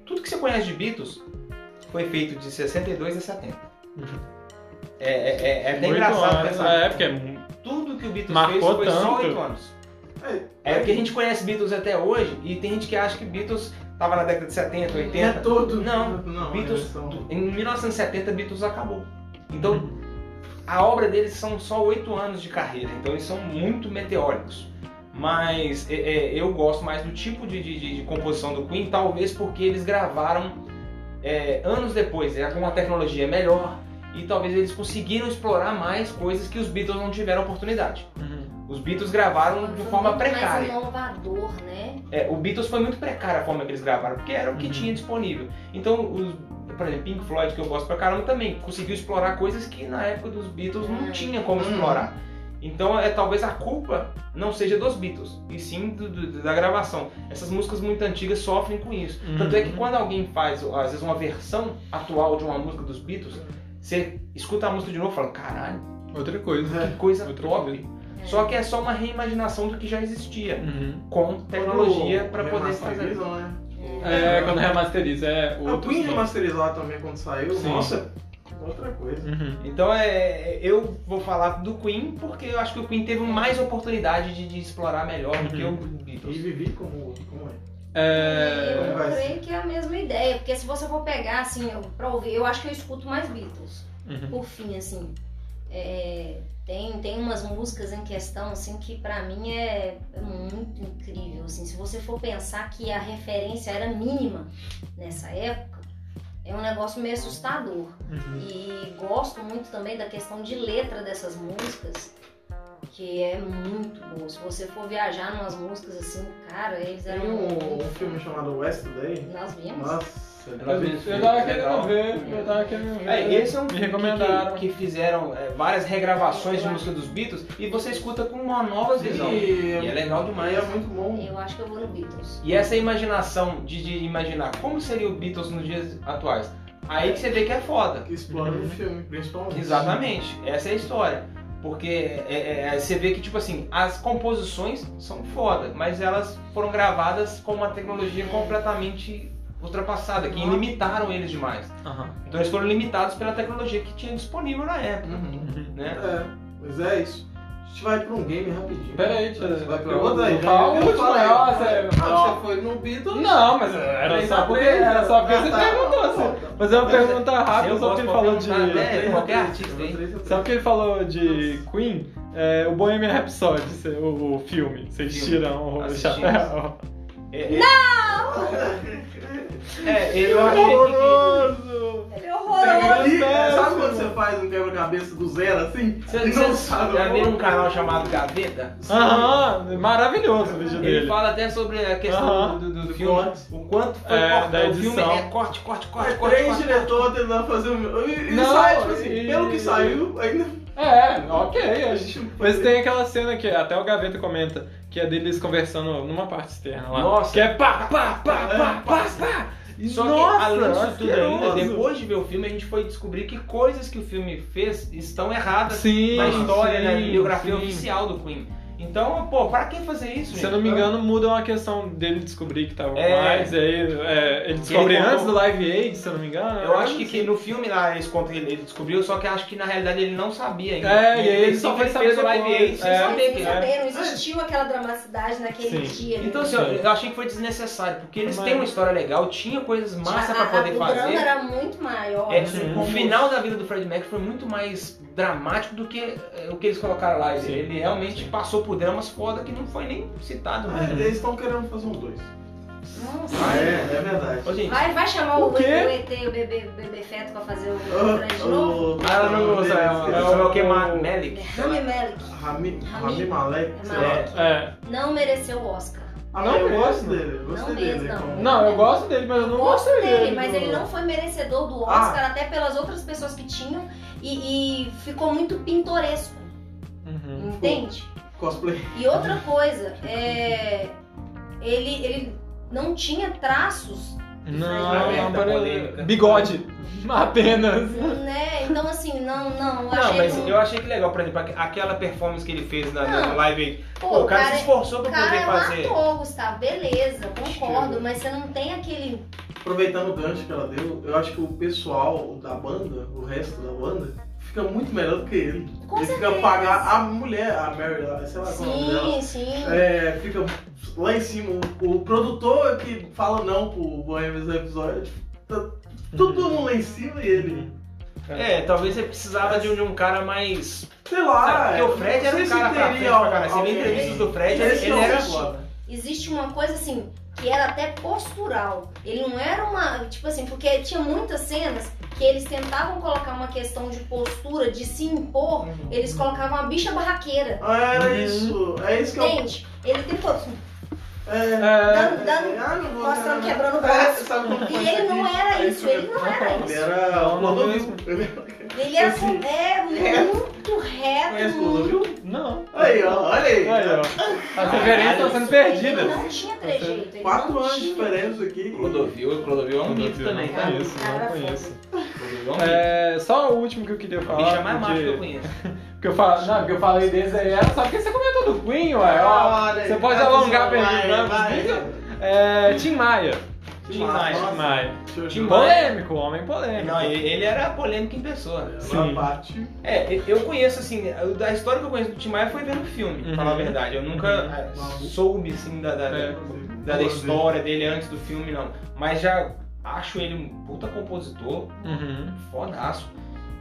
Speaker 3: Tudo que você conhece de Beatles foi feito de 62 a 70.
Speaker 1: Uhum.
Speaker 3: É, é, é, é até
Speaker 1: Muito
Speaker 3: engraçado
Speaker 1: antes,
Speaker 3: pensar
Speaker 1: É, porque é mu-
Speaker 3: tudo que o Beatles
Speaker 1: Marcou
Speaker 3: fez foi só
Speaker 1: tanto.
Speaker 3: 8 anos.
Speaker 2: É,
Speaker 3: É porque a gente conhece Beatles até hoje e tem gente que acha que Beatles tava na década de 70,
Speaker 2: Não é
Speaker 3: 80.
Speaker 2: todo.
Speaker 3: Não,
Speaker 2: não
Speaker 3: Beatles-
Speaker 2: eles são-
Speaker 3: Em 1970 Beatles acabou. Então
Speaker 1: Uhum.
Speaker 3: a obra deles são só 8 anos de carreira, então eles são muito meteóricos. Mas é, é, eu gosto mais do tipo de, de- de- de composição do Queen, talvez porque eles gravaram é, anos depois, é, com uma tecnologia melhor, e talvez eles conseguiram explorar mais coisas que os Beatles não tiveram oportunidade.
Speaker 1: Uhum.
Speaker 3: Os Beatles gravaram de
Speaker 4: Foi
Speaker 3: forma
Speaker 4: muito mais
Speaker 3: precária.
Speaker 4: inovador, um né?
Speaker 3: É, o Beatles foi muito precária a forma que eles gravaram, porque era o que
Speaker 1: Uhum.
Speaker 3: tinha disponível. Então, os, por exemplo, Pink Floyd, que eu gosto pra caramba, também conseguiu explorar coisas que na época dos Beatles não
Speaker 4: Hum.
Speaker 3: tinha como
Speaker 1: Uhum.
Speaker 2: Hum.
Speaker 3: explorar. Então, é, talvez a culpa não seja dos Beatles, e sim do- do- da gravação. Essas músicas muito antigas sofrem com isso. Tanto é que
Speaker 1: Uhum.
Speaker 3: quando alguém faz, às vezes, uma versão atual de uma música dos Beatles, você escuta a música de novo e fala, caralho,
Speaker 1: Outra coisa.
Speaker 2: É.
Speaker 3: que coisa
Speaker 1: Outra
Speaker 3: top.
Speaker 1: coisa.
Speaker 4: É.
Speaker 3: Só que é só uma reimaginação do que já existia,
Speaker 1: Uhum.
Speaker 3: com tecnologia pra poder fazer.
Speaker 2: Remasterizam, Né?
Speaker 1: É, quando remasteriza, é
Speaker 2: A
Speaker 1: outro.
Speaker 2: Queen remasterizou lá também quando saiu.
Speaker 1: Sim.
Speaker 2: Nossa, outra coisa.
Speaker 1: Uhum.
Speaker 3: Então é, eu vou falar do Queen porque eu acho que o Queen teve mais oportunidade de, de explorar melhor do que
Speaker 1: Uhum.
Speaker 3: o
Speaker 2: E
Speaker 3: Beatles.
Speaker 2: vivi como, como é.
Speaker 1: É...
Speaker 4: Eu
Speaker 2: Vai
Speaker 4: creio que é a mesma ideia, porque se você for pegar, assim, eu- pra ouvir, eu acho que eu escuto mais Beatles,
Speaker 1: Uhum.
Speaker 4: por fim, assim. É, tem, tem umas músicas em questão, assim, que pra mim é muito incrível, assim. Se você for pensar que a referência era mínima nessa época, é um negócio meio assustador.
Speaker 1: Uhum.
Speaker 4: E gosto muito também da questão de letra dessas músicas, que é muito boa. Se você for viajar numas músicas assim, cara, eles
Speaker 2: Tem
Speaker 4: eram.
Speaker 2: um, um filme chamado West Day.
Speaker 4: Nós vimos.
Speaker 2: Nossa,
Speaker 3: Ela
Speaker 1: Eu,
Speaker 3: fez
Speaker 1: eu
Speaker 3: filme,
Speaker 1: tava
Speaker 3: é
Speaker 1: querendo
Speaker 3: legal.
Speaker 1: ver, eu tava querendo ver.
Speaker 3: É, esse é um
Speaker 1: Me
Speaker 3: filme que-
Speaker 1: recomendaram.
Speaker 3: Que, que fizeram é, várias regravações de música dos Beatles e você escuta com uma nova visão. E, é
Speaker 2: E,
Speaker 3: legal demais.
Speaker 2: é muito bom.
Speaker 4: Eu acho que eu vou no Beatles.
Speaker 3: E essa imaginação de, de imaginar como seria o Beatles nos dias atuais, aí que você vê que é foda.
Speaker 2: Que explora
Speaker 1: Uhum.
Speaker 2: no filme, principalmente.
Speaker 3: Exatamente, essa é a história. Porque é, é, você vê que, tipo assim, as composições são foda, mas elas foram gravadas com uma tecnologia completamente ultrapassada, que limitaram eles demais.
Speaker 1: Aham.
Speaker 3: Então eles foram limitados pela tecnologia que tinha disponível na época,
Speaker 2: Uhum.
Speaker 1: Uhum.
Speaker 3: né?
Speaker 2: É, mas é isso. A gente vai pra um game rapidinho.
Speaker 1: Pera aí, tira.
Speaker 2: Você vai pra
Speaker 1: Eu-
Speaker 2: outra aí.
Speaker 1: eu falo
Speaker 2: né?
Speaker 1: a
Speaker 2: Eu
Speaker 1: última,
Speaker 2: falei.
Speaker 1: nossa, é-
Speaker 2: Ah, você foi no Beatles?
Speaker 1: Não, mas era só porque, era
Speaker 2: né?
Speaker 1: só
Speaker 2: Ah,
Speaker 1: porque você
Speaker 2: tá,
Speaker 1: perguntou. Assim. Mas é uma pergunta rápida,
Speaker 3: eu
Speaker 1: só porque ele
Speaker 3: gosto
Speaker 1: falou
Speaker 3: de
Speaker 1: de.
Speaker 3: perguntar, né? É, qualquer artista, hein?
Speaker 1: Só porque ele falou de Queen, é, o Bohemian Rhapsody, cê- o, o filme. Vocês
Speaker 3: Filme.
Speaker 1: tiram o
Speaker 3: Assistimos.
Speaker 1: chapéu.
Speaker 3: É, é, é, eu achei que.
Speaker 4: Ele é
Speaker 2: Sabe
Speaker 1: Péssimo.
Speaker 2: quando você faz um quebra-cabeça do zero assim?
Speaker 3: Você,
Speaker 2: não
Speaker 3: você
Speaker 2: sabe.
Speaker 3: já viu um canal chamado Gaveta?
Speaker 1: Aham, maravilhoso o vídeo
Speaker 3: Ele
Speaker 1: dele.
Speaker 3: fala até sobre a questão
Speaker 1: Aham.
Speaker 3: do, do- do
Speaker 2: Do
Speaker 3: filme,
Speaker 2: corte.
Speaker 3: o quanto foi
Speaker 1: É,
Speaker 3: cortado.
Speaker 1: da
Speaker 3: O filme
Speaker 1: edição.
Speaker 3: é corte, corte, corte,
Speaker 2: Mas
Speaker 3: corte.
Speaker 2: três
Speaker 3: corte.
Speaker 2: diretores tentando fazer o meu. E, e
Speaker 1: Não,
Speaker 2: sai, tipo assim,
Speaker 1: e-
Speaker 2: pelo que saiu, ainda.
Speaker 1: É, ok, acho
Speaker 2: gente
Speaker 1: Mas tem aquela cena que até o Gaveta comenta, que é deles conversando numa parte externa lá.
Speaker 3: Nossa.
Speaker 1: Que é pá, pá, pá, pá, pá, pá. E
Speaker 3: Só
Speaker 1: nossa,
Speaker 3: que além disso tudo ainda,
Speaker 1: asqueroso.
Speaker 3: depois de ver o filme, a gente foi descobrir que coisas que o filme fez estão erradas
Speaker 1: Sim,
Speaker 3: na história,
Speaker 1: sim,
Speaker 3: na biografia
Speaker 1: sim.
Speaker 3: oficial do Queen. Então, pô, pra que fazer isso,
Speaker 1: Se
Speaker 3: gente?
Speaker 1: eu não me engano, mudam a questão dele descobrir que tava
Speaker 3: É.
Speaker 1: mais, e aí é, ele descobre
Speaker 3: contou-
Speaker 1: antes do Live Aid, se eu não me engano. né?
Speaker 3: Eu acho que,
Speaker 1: não
Speaker 3: que no filme lá eles contam que ele, ele descobriu, só que acho que na realidade ele não sabia ainda.
Speaker 1: É, e aí ele só foi
Speaker 3: fez
Speaker 1: saber
Speaker 3: o live
Speaker 1: depois.
Speaker 3: aid sem
Speaker 1: É.
Speaker 3: saber
Speaker 4: Mas
Speaker 3: que
Speaker 4: sem
Speaker 3: era.
Speaker 4: saber, não existiu aquela dramaticidade naquele
Speaker 1: Sim.
Speaker 4: dia. né?
Speaker 3: Então, assim, ó, eu achei que foi desnecessário, porque eles
Speaker 1: Mas-
Speaker 3: têm uma história legal, tinha coisas massa
Speaker 4: A-
Speaker 3: pra
Speaker 4: a-
Speaker 3: poder
Speaker 4: o drama
Speaker 3: fazer.
Speaker 4: era muito maior.
Speaker 3: É,
Speaker 4: assim,
Speaker 3: o
Speaker 4: como-
Speaker 3: final da vida do Fred Mac foi muito mais dramático do que é, o que eles colocaram lá. Ele,
Speaker 1: Sim.
Speaker 3: ele realmente passou por dramas foda que não foi nem citado.
Speaker 2: Ah,
Speaker 3: né?
Speaker 2: eles estão querendo fazer um dois.
Speaker 4: Nossa.
Speaker 2: Ah, é, é verdade.
Speaker 3: Ô, gente,
Speaker 4: Vai, vai chamar o,
Speaker 1: O quê?
Speaker 4: o ET, o bebê, o bebê feto pra fazer o trans de novo?
Speaker 2: Oh,
Speaker 3: ah, ela não gosta, ela ela é o que? Ma- Melick.
Speaker 4: Rami Malek
Speaker 2: Rami, Rami
Speaker 4: Rami
Speaker 2: Malek, sei lá.
Speaker 4: Malek.
Speaker 1: É.
Speaker 4: não mereceu o Oscar.
Speaker 2: Ah,
Speaker 1: Não
Speaker 2: não, eu
Speaker 1: mesmo.
Speaker 2: gosto dele. eu Gostei
Speaker 4: Não
Speaker 2: dele. é um
Speaker 4: mesmo,
Speaker 2: como-
Speaker 1: Não, eu gosto dele, mas eu não
Speaker 4: gosto
Speaker 1: gostei
Speaker 4: dele,
Speaker 1: dele.
Speaker 4: mas
Speaker 1: do-
Speaker 4: ele não foi merecedor do
Speaker 2: Ah.
Speaker 4: Oscar, até pelas outras pessoas que tinham, e, e ficou muito pintoresco,
Speaker 1: Uhum.
Speaker 4: entende?
Speaker 2: Cosplay.
Speaker 4: E outra coisa, é, ele, ele não tinha traços,
Speaker 1: Não,
Speaker 4: Aberta
Speaker 1: não,
Speaker 3: a polêmica.
Speaker 1: pare... bigode. Apenas.
Speaker 4: né? Então assim, não, não, eu achei
Speaker 3: Não, mas
Speaker 4: um-
Speaker 3: eu achei que legal, por exemplo, aqu- aquela performance que ele fez na, na-
Speaker 4: Não.
Speaker 3: no live aid.
Speaker 4: Pô,
Speaker 3: Pô, o cara, se esforçou pra
Speaker 4: o cara
Speaker 3: poder
Speaker 4: é um
Speaker 3: fazer.
Speaker 4: ator, Gustavo, beleza, concordo,
Speaker 2: Estilo.
Speaker 4: mas você não tem aquele...
Speaker 2: Aproveitando o gancho que ela deu, eu acho que o pessoal da banda, o resto da banda, fica muito melhor do que ele.
Speaker 4: Com
Speaker 2: ele
Speaker 4: certeza.
Speaker 2: fica pagar a mulher, a Mary, lá, sei lá qual é o nome dela.
Speaker 4: Sim, sim.
Speaker 2: É, fica lá em cima. O, o produtor que fala não pro Bohemians no episódio. Tá todo mundo lá em cima e ele.
Speaker 3: É, talvez ele precisava de um, de um cara mais.
Speaker 2: Sei lá. é,
Speaker 3: Porque o Fred
Speaker 2: não
Speaker 3: era
Speaker 2: sei
Speaker 3: um
Speaker 2: se
Speaker 3: cara pra frente
Speaker 2: teria
Speaker 3: pra caralho. Você vê
Speaker 2: alguém-
Speaker 3: entrevistas do Fred,
Speaker 2: Esse
Speaker 3: ele
Speaker 2: é o
Speaker 3: era.
Speaker 2: foda.
Speaker 4: existe uma coisa assim que era até postural. Ele não era uma, tipo assim, porque tinha muitas cenas que eles tentavam colocar uma questão de postura, de se impor,
Speaker 1: É.
Speaker 4: eles colocavam a bicha barraqueira.
Speaker 2: Ah, era
Speaker 1: Uhum.
Speaker 2: isso. É isso que eu.
Speaker 4: Entende? Ele tentou
Speaker 2: É.
Speaker 1: É,
Speaker 4: dando, dando
Speaker 2: Ah, não vou-
Speaker 4: mostrando
Speaker 2: não,
Speaker 4: quebrando o
Speaker 2: não.
Speaker 4: braço.
Speaker 2: É, sabe quando
Speaker 4: E
Speaker 2: faz
Speaker 4: ele não
Speaker 2: aqui?
Speaker 4: era
Speaker 2: Aí
Speaker 4: isso, ele não era
Speaker 2: Ele
Speaker 4: isso.
Speaker 2: era
Speaker 1: Não,
Speaker 2: um
Speaker 1: não
Speaker 2: clodovismo.
Speaker 4: Ele era
Speaker 2: Esse-
Speaker 4: é, muito reto,
Speaker 2: Conhece o
Speaker 4: muito.
Speaker 2: clodovismo?
Speaker 1: não.
Speaker 2: Aí, ó, olha aí.
Speaker 1: Aí, ó. As referências estão sendo
Speaker 4: Ele
Speaker 1: perdidas.
Speaker 4: não tinha trejeito. ele
Speaker 2: Tá Quatro
Speaker 4: não
Speaker 2: anos de
Speaker 4: tinha.
Speaker 2: diferença aqui.
Speaker 3: Clodovil, Clodovil é um mito
Speaker 1: Clodovil,
Speaker 3: também,
Speaker 1: não
Speaker 3: tá?
Speaker 1: conheço, não
Speaker 4: Cara,
Speaker 1: conheço.
Speaker 3: Clodovil é um mito.
Speaker 1: É, só o último que eu queria
Speaker 3: O
Speaker 1: falar.
Speaker 3: bicho é mais macho que eu
Speaker 1: porque,
Speaker 3: conheço.
Speaker 1: porque eu falo, não, porque eu falei desse aí, era só porque você comentou do Queen, ué. ó.
Speaker 2: Olha,
Speaker 1: você pode
Speaker 2: vai,
Speaker 1: alongar
Speaker 2: vai,
Speaker 1: pra ele, né?
Speaker 2: vai.
Speaker 1: É, Tim Maia.
Speaker 3: Tim Maia.
Speaker 2: Nossa,
Speaker 1: Tim Maia.
Speaker 2: deixa eu-
Speaker 3: Tim Maia.
Speaker 1: Polêmico, homem polêmico.
Speaker 3: Não, ele ele era polêmico em pessoa.
Speaker 2: Uma
Speaker 1: Sim.
Speaker 2: parte.
Speaker 3: É, eu- eu conheço assim, eu- da história que eu conheço do Tim Maia foi vendo o filme, pra
Speaker 1: Uhum.
Speaker 3: falar a verdade. Eu nunca
Speaker 1: Uhum.
Speaker 3: é, soube assim da, da- da-
Speaker 1: É.
Speaker 3: da- da história dele antes do filme, não. Mas já acho ele um puta compositor,
Speaker 1: Uhum.
Speaker 3: fodaço.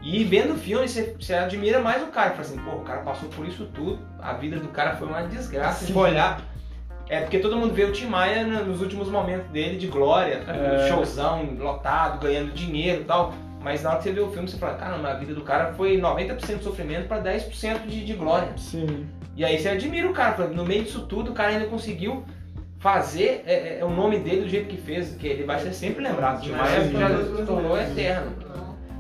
Speaker 3: E vendo o filme, você, você admira mais o cara. Fala assim, pô, o cara passou por isso tudo, a vida do cara foi uma desgraça. Se for olhar. É porque todo mundo vê o Tim Maia no- nos últimos momentos dele de glória,
Speaker 1: É.
Speaker 3: showzão, lotado, ganhando dinheiro e tal. Mas na hora que você vê o filme, você fala, caramba, a vida do cara foi 90% de sofrimento pra 10% de, de glória.
Speaker 1: Sim.
Speaker 3: E aí você admira o cara, fala, no meio disso tudo, o cara ainda conseguiu fazer é, é, o nome dele do jeito que fez, que ele vai ser sempre lembrado. Tim Maia
Speaker 1: Sim.
Speaker 3: já se tornou eterno.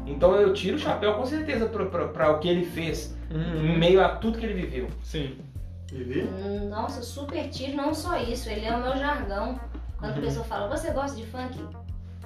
Speaker 3: Então eu tiro o chapéu com certeza pra, pra- pra o que ele fez, em
Speaker 1: Uhum.
Speaker 3: meio a tudo que ele viveu.
Speaker 1: Sim.
Speaker 2: Vivi?
Speaker 4: Hum, Nossa, super tiro, não só isso, ele é o meu jargão. Quando a pessoa fala, você gosta de funk?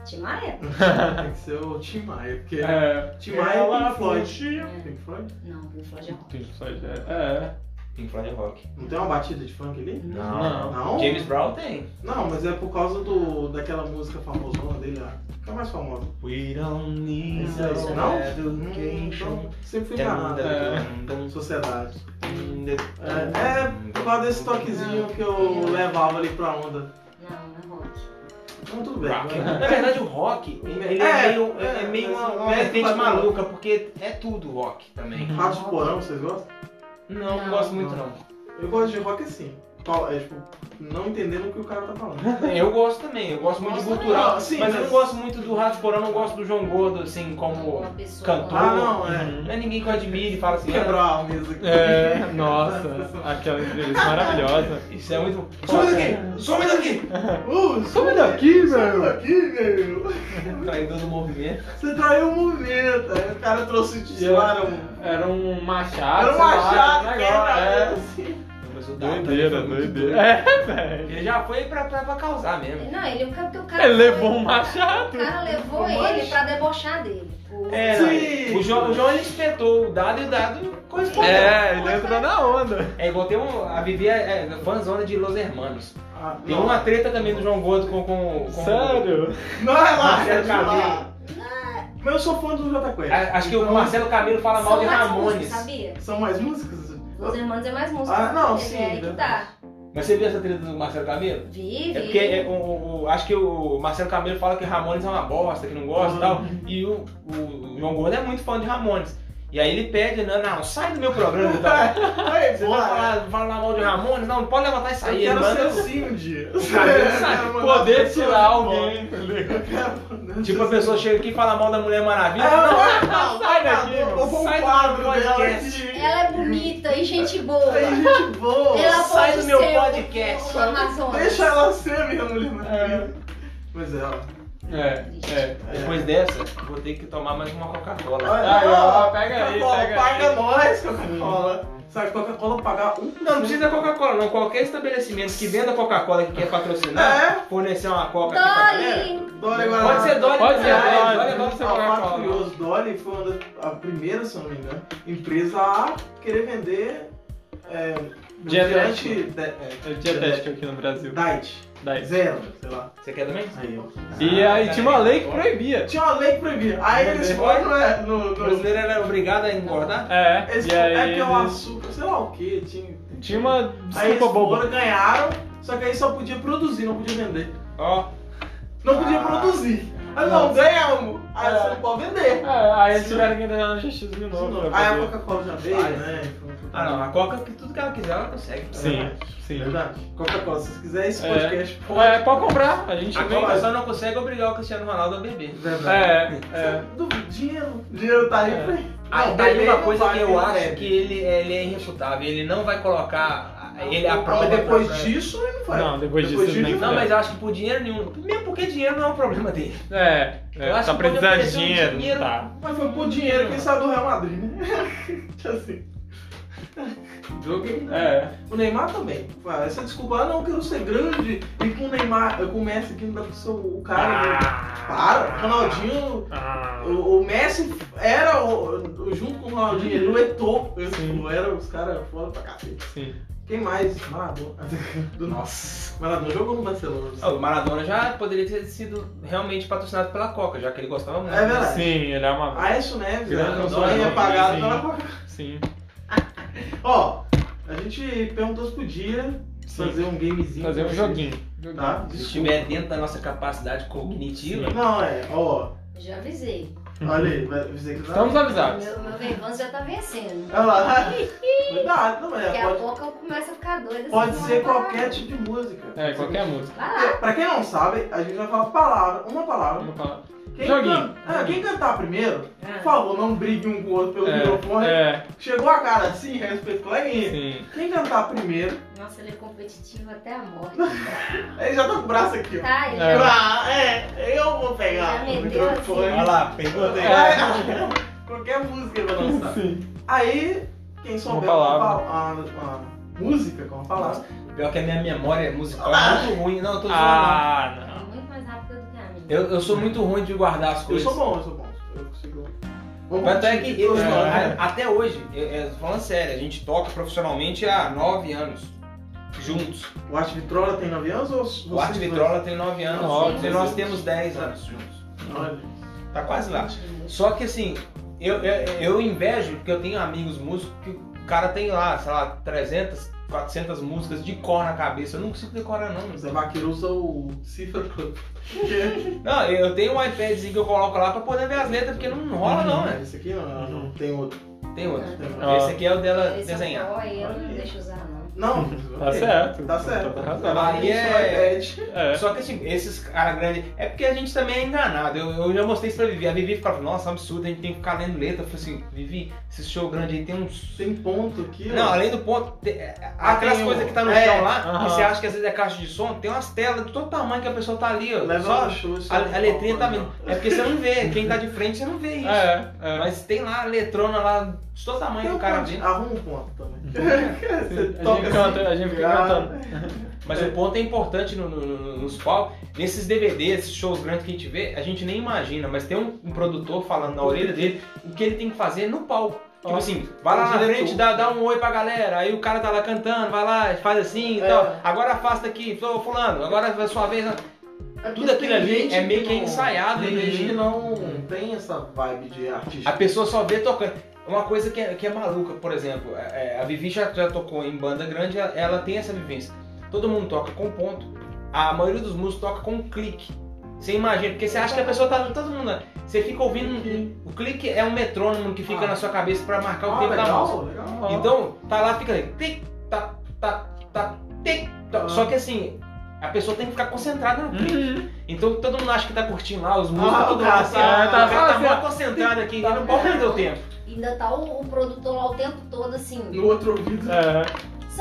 Speaker 4: Tim Maia?
Speaker 2: Tem que ser o Tim Maia, porque
Speaker 1: É,
Speaker 2: Tim Maia e É. Pink Floyd. Pink Floyd?
Speaker 4: Não, Pink Floyd é rock.
Speaker 1: Pink Floyd, é. é.
Speaker 3: Pink Floyd é rock.
Speaker 2: Não tem uma batida de funk ali?
Speaker 1: Não.
Speaker 2: Não?
Speaker 3: James Brown tem.
Speaker 2: Não, mas é por causa do, daquela música famosona dele lá. Fica mais famosa.
Speaker 3: We don't need
Speaker 2: Isso é isso, não? Hum, então, sempre fui enganado.
Speaker 1: É.
Speaker 2: né? Sociedade. É, é por causa desse toquezinho que eu levava ali pra onda.
Speaker 4: Não, não é rock.
Speaker 2: Então tudo bem.
Speaker 3: Rock.
Speaker 2: né?
Speaker 3: Na verdade, o rock ele é,
Speaker 2: É,
Speaker 3: meio, é,
Speaker 2: é,
Speaker 3: meio uma, uma
Speaker 2: mas-
Speaker 3: vertente maluca, porque é tudo rock também.
Speaker 2: Ratos de porão, vocês gostam?
Speaker 3: Não, não
Speaker 4: Não.
Speaker 3: gosto muito não.
Speaker 2: Eu gosto de rock assim. Fala- É, tipo, não entendendo o que o cara tá falando.
Speaker 3: Eu gosto também, eu gosto muito de
Speaker 4: Gosto
Speaker 3: cultural,
Speaker 2: também. Sim,
Speaker 3: mas eu
Speaker 2: mas-
Speaker 3: não gosto muito do Rato Porão, não gosto do João Gordo, assim, como...
Speaker 4: Uma pessoa.
Speaker 3: cantor.
Speaker 2: Ah, não, é.
Speaker 3: Não é ninguém que eu admire e fala assim, "Ah,
Speaker 2: Quebrar a mesa aqui.
Speaker 1: Uhum. É, nossa, aquela entrevista maravilhosa.
Speaker 3: Isso é muito.
Speaker 2: Some daqui! Some daqui! Uh,
Speaker 1: Some daqui,
Speaker 2: Some
Speaker 1: velho.
Speaker 2: daqui, velho!
Speaker 3: Traidor do Tá movimento.
Speaker 2: Você traiu o movimento. Aí o cara trouxe o
Speaker 1: E era,
Speaker 2: disparo.
Speaker 1: era um machado.
Speaker 2: Era um
Speaker 3: Ah,
Speaker 1: sei lá,
Speaker 2: machado,
Speaker 1: um
Speaker 3: né,
Speaker 2: quebra a
Speaker 1: negócio,
Speaker 2: mesa assim.
Speaker 1: é.
Speaker 3: Mas o Data
Speaker 1: Doideira,
Speaker 3: foi muito
Speaker 1: doideira.
Speaker 3: doido.
Speaker 1: É, velho.
Speaker 3: tá Ele já foi pra, pra, pra causar mesmo.
Speaker 4: Não, ele, o cara, porque o cara
Speaker 1: Ele levou
Speaker 4: foi-
Speaker 1: um machado.
Speaker 4: O cara levou
Speaker 2: Mas-
Speaker 4: ele pra debochar dele. O-
Speaker 3: É,
Speaker 2: Sim.
Speaker 3: não, o João, o João ele espetou o dado e o dado correspondeu.
Speaker 1: É, ele entra na onda.
Speaker 3: É igual tem um. A Vivi é, é fanzona de Los Hermanos.
Speaker 2: Ah,
Speaker 3: Tem
Speaker 2: não.
Speaker 3: uma treta também do João Gordo com. com, com
Speaker 1: Sério?
Speaker 2: Não é lá,
Speaker 3: Marcelo
Speaker 2: é de lá.
Speaker 3: Camelo.
Speaker 2: Mas eu sou fã do Jota Quest.
Speaker 3: A- É, acho que o
Speaker 2: Então,
Speaker 3: Marcelo Camilo fala mal
Speaker 4: São
Speaker 3: de
Speaker 4: mais
Speaker 3: Ramones.
Speaker 4: músicos, sabia?
Speaker 2: São mais músicas?
Speaker 4: Os Hermanos é mais música.
Speaker 2: Ah, não,
Speaker 4: Ele
Speaker 2: sim,
Speaker 4: É aí que tá.
Speaker 3: Mas você viu essa treta do Marcelo Camilo?
Speaker 4: Vive.
Speaker 3: É porque é, o- o- o- acho que o Marcelo Camelo fala que Ramones é uma bosta, que não gosta e tal.
Speaker 2: Uhum.
Speaker 3: E o, o- o João Gordo é muito fã de Ramones. E aí ele pede, não, não, sai do meu programa e tal.
Speaker 2: Ai,
Speaker 3: Você
Speaker 2: bora.
Speaker 3: vai falar, falar mal de Ramones? Não, não pode levantar e
Speaker 2: Eu
Speaker 3: sair.
Speaker 2: quero
Speaker 3: manda-
Speaker 2: ser assim um dia.
Speaker 3: O Camilo sabe,
Speaker 1: Poder tirar alguém.
Speaker 2: Eu quero-
Speaker 3: Tipo, a pessoa chega aqui e fala mal da Mulher Maravilha. Não,
Speaker 2: Ah, não,
Speaker 3: sai daqui,
Speaker 2: Eu vou pôr um
Speaker 3: sai do
Speaker 2: quadro
Speaker 3: meu
Speaker 2: dela
Speaker 3: podcast.
Speaker 2: aqui.
Speaker 4: Ela é bonita e gente boa.
Speaker 2: Aí, gente boa.
Speaker 4: Ela é
Speaker 3: sai
Speaker 4: pode
Speaker 3: do meu
Speaker 4: ser o-
Speaker 3: podcast.
Speaker 4: O Amazonas.
Speaker 2: Deixa ela ser, minha mulher maravilha. Pois é, ó.
Speaker 1: É, é.
Speaker 3: Depois dessa, vou ter que tomar mais uma Coca-Cola.
Speaker 2: Olha,
Speaker 1: Aí, ó, pega aí,
Speaker 2: Coca-Cola,
Speaker 1: pega
Speaker 2: paga
Speaker 1: aí. Hum.
Speaker 2: nós, Coca-Cola. Sabe, Coca-Cola pagar um.
Speaker 3: Não, não precisa da Coca-Cola, não. Qualquer estabelecimento que venda Coca-Cola que quer
Speaker 2: né? É.
Speaker 3: patrocinar, fornecer uma Coca aqui pra galera.
Speaker 4: Dolly.
Speaker 2: Dória agora.
Speaker 3: Pode ser Dolly
Speaker 1: Pode ser
Speaker 3: também,
Speaker 1: Dolly.
Speaker 3: Dolly é
Speaker 1: Pode
Speaker 3: bom pra você
Speaker 1: ser
Speaker 2: Ah, o
Speaker 3: colocar
Speaker 2: fato
Speaker 3: cola.
Speaker 2: curioso, Dolly foi uma das, a primeira, se eu não me engano, empresa a querer vender é,
Speaker 1: Dianético.
Speaker 2: refrigerante de- é,
Speaker 1: É dietético aqui no Brasil.
Speaker 2: diet,
Speaker 1: Daí.
Speaker 2: zero, sei lá.
Speaker 3: Você quer também?
Speaker 2: Aí, ó.
Speaker 1: E aí tinha uma lei que proibia.
Speaker 2: Tinha uma lei que proibia. Aí eles foram né, no.
Speaker 3: O
Speaker 2: no
Speaker 3: brasileiro era obrigado a engordar?
Speaker 1: É,
Speaker 2: eles
Speaker 1: e
Speaker 2: foram, é
Speaker 1: aí
Speaker 2: pelo
Speaker 1: eles-
Speaker 2: açúcar, sei lá o que, tinha.
Speaker 1: tinha uma
Speaker 2: Aí eles
Speaker 1: desculpa boba.
Speaker 2: foram, ganharam, só que aí só podia produzir, não podia vender.
Speaker 3: Ó,
Speaker 2: Não podia
Speaker 3: Ah.
Speaker 2: produzir. Aí não, ganhamos. Aí
Speaker 1: É.
Speaker 2: você não pode vender.
Speaker 1: É, aí eles tiveram que entrar na justiça de novo. né, pra
Speaker 2: Aí a
Speaker 1: poder-
Speaker 2: Coca-Cola já veio,
Speaker 3: Ah, é.
Speaker 2: né?
Speaker 3: ah não, a Coca, que tudo que ela quiser, ela consegue.
Speaker 1: Sim, sim.
Speaker 2: Verdade. Coca-Cola, se vocês quiserem esse
Speaker 1: É.
Speaker 2: podcast, pode.
Speaker 1: É, pode comprar, a gente
Speaker 3: A
Speaker 1: vem.
Speaker 3: Coca só não consegue obrigar o Cristiano Ronaldo a beber.
Speaker 1: É,
Speaker 2: É.
Speaker 1: é.
Speaker 2: Duvido, dinheiro. Dinheiro tá aí
Speaker 1: É.
Speaker 2: pra.
Speaker 3: Ah,
Speaker 2: Não,
Speaker 3: daí
Speaker 2: beber
Speaker 3: uma
Speaker 2: não
Speaker 3: coisa
Speaker 2: vai,
Speaker 3: que eu
Speaker 2: não
Speaker 3: acho
Speaker 2: bebe.
Speaker 3: que ele, ele é irrefutável, ele não vai colocar a- ele à
Speaker 2: Ou
Speaker 3: prova.
Speaker 2: Depois disso, ele não vai.
Speaker 1: Não, depois disso
Speaker 2: Depois
Speaker 1: nem
Speaker 2: disso,
Speaker 3: Não,
Speaker 1: é.
Speaker 3: mas eu acho que por dinheiro nenhum. Mesmo porque dinheiro não é um problema dele.
Speaker 1: É,
Speaker 3: Eu
Speaker 1: é
Speaker 3: acho
Speaker 1: tá
Speaker 3: que pode
Speaker 1: precisando de
Speaker 3: oferecer um
Speaker 1: dinheiro,
Speaker 3: dinheiro.
Speaker 1: tá.
Speaker 2: Mas foi por dinheiro quem saiu do Real Madrid, né? assim. Joguei.
Speaker 3: né?
Speaker 1: É.
Speaker 2: O Neymar também. Fala, Essa desculpa, ah, não, eu quero ser grande. E com o Neymar, com o Messi aqui não dá pra ser o cara. né? Para, o Ronaldinho
Speaker 1: Ah.
Speaker 2: O, o Messi era o, o- junto com o Ronaldinho, ele o Eto'o, eu
Speaker 1: Sim.
Speaker 2: tipo, era os caras foda pra cacete.
Speaker 1: Sim.
Speaker 2: Quem mais? Maradona. Do nosso.
Speaker 3: Nossa.
Speaker 2: Maradona jogou no Barcelona.
Speaker 3: Ah, O Maradona já poderia ter sido realmente patrocinado pela Coca, já que ele gostava muito.
Speaker 2: É verdade.
Speaker 1: Sim, ele é uma.
Speaker 2: Aécio Neves, né?
Speaker 1: Grande
Speaker 2: Não
Speaker 1: Maradona,
Speaker 2: sonho apagado
Speaker 1: sim.
Speaker 2: tá na Coca-
Speaker 1: Sim.
Speaker 2: Ó, a gente perguntou se podia
Speaker 1: Sim.
Speaker 2: fazer um gamezinho.
Speaker 1: Fazer um
Speaker 2: pra
Speaker 1: joguinho.
Speaker 2: vocês, Tá?
Speaker 3: Se
Speaker 2: Desculpa.
Speaker 3: estiver dentro da nossa capacidade cognitiva,
Speaker 2: Não, é, ó.
Speaker 4: Já avisei.
Speaker 2: Olha aí, vai dizer que tá
Speaker 1: Estamos avisados.
Speaker 4: Meu, meu vengança já tá vencendo.
Speaker 2: Olha lá. Cuidado, não
Speaker 4: Daqui
Speaker 2: é.
Speaker 4: a
Speaker 2: Pode,
Speaker 4: pouco eu começo a ficar doida.
Speaker 2: pode
Speaker 4: assim,
Speaker 2: ser
Speaker 4: vai.
Speaker 2: qualquer tipo de música.
Speaker 1: É, qualquer música.
Speaker 4: Vai lá.
Speaker 2: Pra quem não sabe, a gente vai falar palavra, uma palavra.
Speaker 1: Vamos falar.
Speaker 2: Quem,
Speaker 1: Joguinho.
Speaker 2: can- ah, quem cantar primeiro, por
Speaker 4: Ah,
Speaker 2: favor, não brigue um com o outro pelo microfone.
Speaker 1: É, é,
Speaker 2: Chegou a cara assim, respeito o coleguinha.
Speaker 1: sim.
Speaker 2: Quem cantar primeiro,
Speaker 4: Nossa, ele é competitivo até a morte.
Speaker 2: ele já tá com o braço aqui, ó.
Speaker 4: Tá, ele
Speaker 1: É.
Speaker 4: já-
Speaker 2: Ah, é, eu vou pegar
Speaker 4: Já
Speaker 2: o
Speaker 4: meteu assim.
Speaker 2: microfone.
Speaker 3: Olha lá, pegou né? dele.
Speaker 2: É. Qualquer música ele vai lançar.
Speaker 1: Sim.
Speaker 2: Aí, quem souber
Speaker 1: Uma palavra.
Speaker 2: uma, uma- uma música com uma palavra,
Speaker 3: Pior que a minha memória musical é muito ruim. Não, eu tô zoando.
Speaker 1: Ah,
Speaker 4: é
Speaker 1: não.
Speaker 4: muito mais rápido do que a minha.
Speaker 3: não. Eu, eu sou muito ruim de guardar as
Speaker 2: eu
Speaker 3: coisas.
Speaker 2: sou bom, eu sou bom. Eu consigo. Vamos
Speaker 3: Tanto é
Speaker 2: curtir
Speaker 3: que eu-
Speaker 2: os nomes,
Speaker 3: a-
Speaker 2: né?
Speaker 3: até hoje, eu- eu- falando sério, a gente toca profissionalmente há nove anos. Juntos.
Speaker 2: O Arte Vitrola tem 9 anos ou vocês
Speaker 3: O Arte
Speaker 2: dois?
Speaker 3: Vitrola tem nove anos
Speaker 1: Nove,
Speaker 3: e nós
Speaker 1: gente.
Speaker 3: temos dez anos juntos.
Speaker 2: Olha.
Speaker 3: Tá quase lá. Só que assim, eu, eu, eu invejo porque eu tenho amigos músicos que o cara tem lá, sei lá, 300, 400 músicas de cor na cabeça. Eu não consigo decorar, não.
Speaker 2: Zé Vaqueiro usa o Cifra Club. Que-
Speaker 3: Não, eu tenho um iPadzinho que eu coloco lá pra poder ver as letras, porque não rola, não, né?
Speaker 2: Esse aqui não, não tem outro.
Speaker 3: Tem outro.
Speaker 2: Tem outro.
Speaker 1: Ah.
Speaker 3: Esse aqui é o dela
Speaker 4: Esse
Speaker 3: desenhar.
Speaker 4: avô aí, eu
Speaker 2: Olha
Speaker 4: não
Speaker 2: aí.
Speaker 4: deixo usar, não.
Speaker 2: Não.
Speaker 1: Tá certo.
Speaker 2: Tá certo.
Speaker 1: Tá arrasando.
Speaker 3: Aí é-
Speaker 2: Isso iPad.
Speaker 1: É.
Speaker 3: Só que assim, esses caras grandes. É porque a gente também é enganado. Eu, eu já mostrei isso pra Vivi. A Vivi ficava, nossa, é um absurdo, a gente tem que ficar lendo letra. Eu falei assim, Vivi, esse show grande aí tem uns.
Speaker 2: Tem ponto aqui. ó.
Speaker 3: Não, além do ponto, tem- é,
Speaker 2: Ah,
Speaker 3: aquelas
Speaker 2: tem
Speaker 3: coisas
Speaker 2: um-
Speaker 3: que tá no
Speaker 2: é,
Speaker 3: chão lá,
Speaker 1: aham.
Speaker 3: que você acha que às vezes é caixa de som, tem umas telas de todo tamanho que a pessoa tá ali, ó.
Speaker 2: Leva
Speaker 3: só
Speaker 2: no show, é um só
Speaker 3: a,
Speaker 2: no
Speaker 3: a letrinha tá
Speaker 2: palco,
Speaker 3: vendo. É porque você não vê, quem tá de frente você não vê isso.
Speaker 1: É, é.
Speaker 3: Mas tem lá a letrona lá de todo
Speaker 2: ó.
Speaker 3: tamanho
Speaker 2: Tem
Speaker 3: que
Speaker 2: um
Speaker 3: o cara
Speaker 2: ponto.
Speaker 3: vendo.
Speaker 2: Arruma um
Speaker 3: É,
Speaker 2: ponto também.
Speaker 1: A
Speaker 2: Você
Speaker 1: gente
Speaker 2: toca
Speaker 1: gente
Speaker 2: assim, É
Speaker 1: canta, a
Speaker 3: né?
Speaker 1: gente fica cantando.
Speaker 3: Mas o ponto é importante no- no- no- nos palcos. Nesses DVDs, esses shows grandes que a gente vê, a gente nem imagina, mas tem um, um produtor falando na orelha dele o que ele tem que fazer no palco. Tipo
Speaker 1: Ó,
Speaker 3: assim, vai lá na
Speaker 2: diretor.
Speaker 3: frente, dá, dá um oi pra galera, aí o cara tá lá cantando, vai lá, faz assim e
Speaker 2: É.
Speaker 3: tal. Agora afasta aqui, "Ô, fulano, agora é sua vez. Tudo aquilo ali é meio que ensaiado.
Speaker 2: Tem gente que
Speaker 3: né?
Speaker 2: não tem essa vibe de artista.
Speaker 3: A pessoa só vê tocando. Uma coisa que é, que é maluca, por exemplo, é- é, a Vivi já, já tocou em banda grande, ela, ela tem essa vivência. Todo mundo toca com ponto. A maioria dos músicos toca com clique. Você imagina, porque você acha que a pessoa tá todo mundo. lá. Você fica ouvindo. um- O clique é um metrônomo que fica
Speaker 2: Ah.
Speaker 3: na sua cabeça pra marcar o
Speaker 2: Ah,
Speaker 3: tempo da música.
Speaker 2: legal, legal.
Speaker 1: Ó,
Speaker 3: Então, tá lá, fica ali. Tic, tac, tac, tac, tic, tac.
Speaker 2: Ah. Hum.
Speaker 3: Só que assim, a pessoa tem que ficar concentrada no clique.
Speaker 1: Uhum.
Speaker 3: Então todo mundo acha que tá curtindo lá, os músicos,
Speaker 2: Ah,
Speaker 3: todo
Speaker 2: o
Speaker 3: mundo
Speaker 2: cara
Speaker 3: assim,
Speaker 2: tá-
Speaker 3: ah, tá,
Speaker 1: tá
Speaker 3: tá
Speaker 1: assim,
Speaker 3: mó
Speaker 1: ó.
Speaker 3: concentrado aqui,
Speaker 1: Tá
Speaker 3: não pode perder o tempo.
Speaker 4: Ainda tá o, o produtor lá o tempo todo assim.
Speaker 2: No outro ouvido.
Speaker 1: É.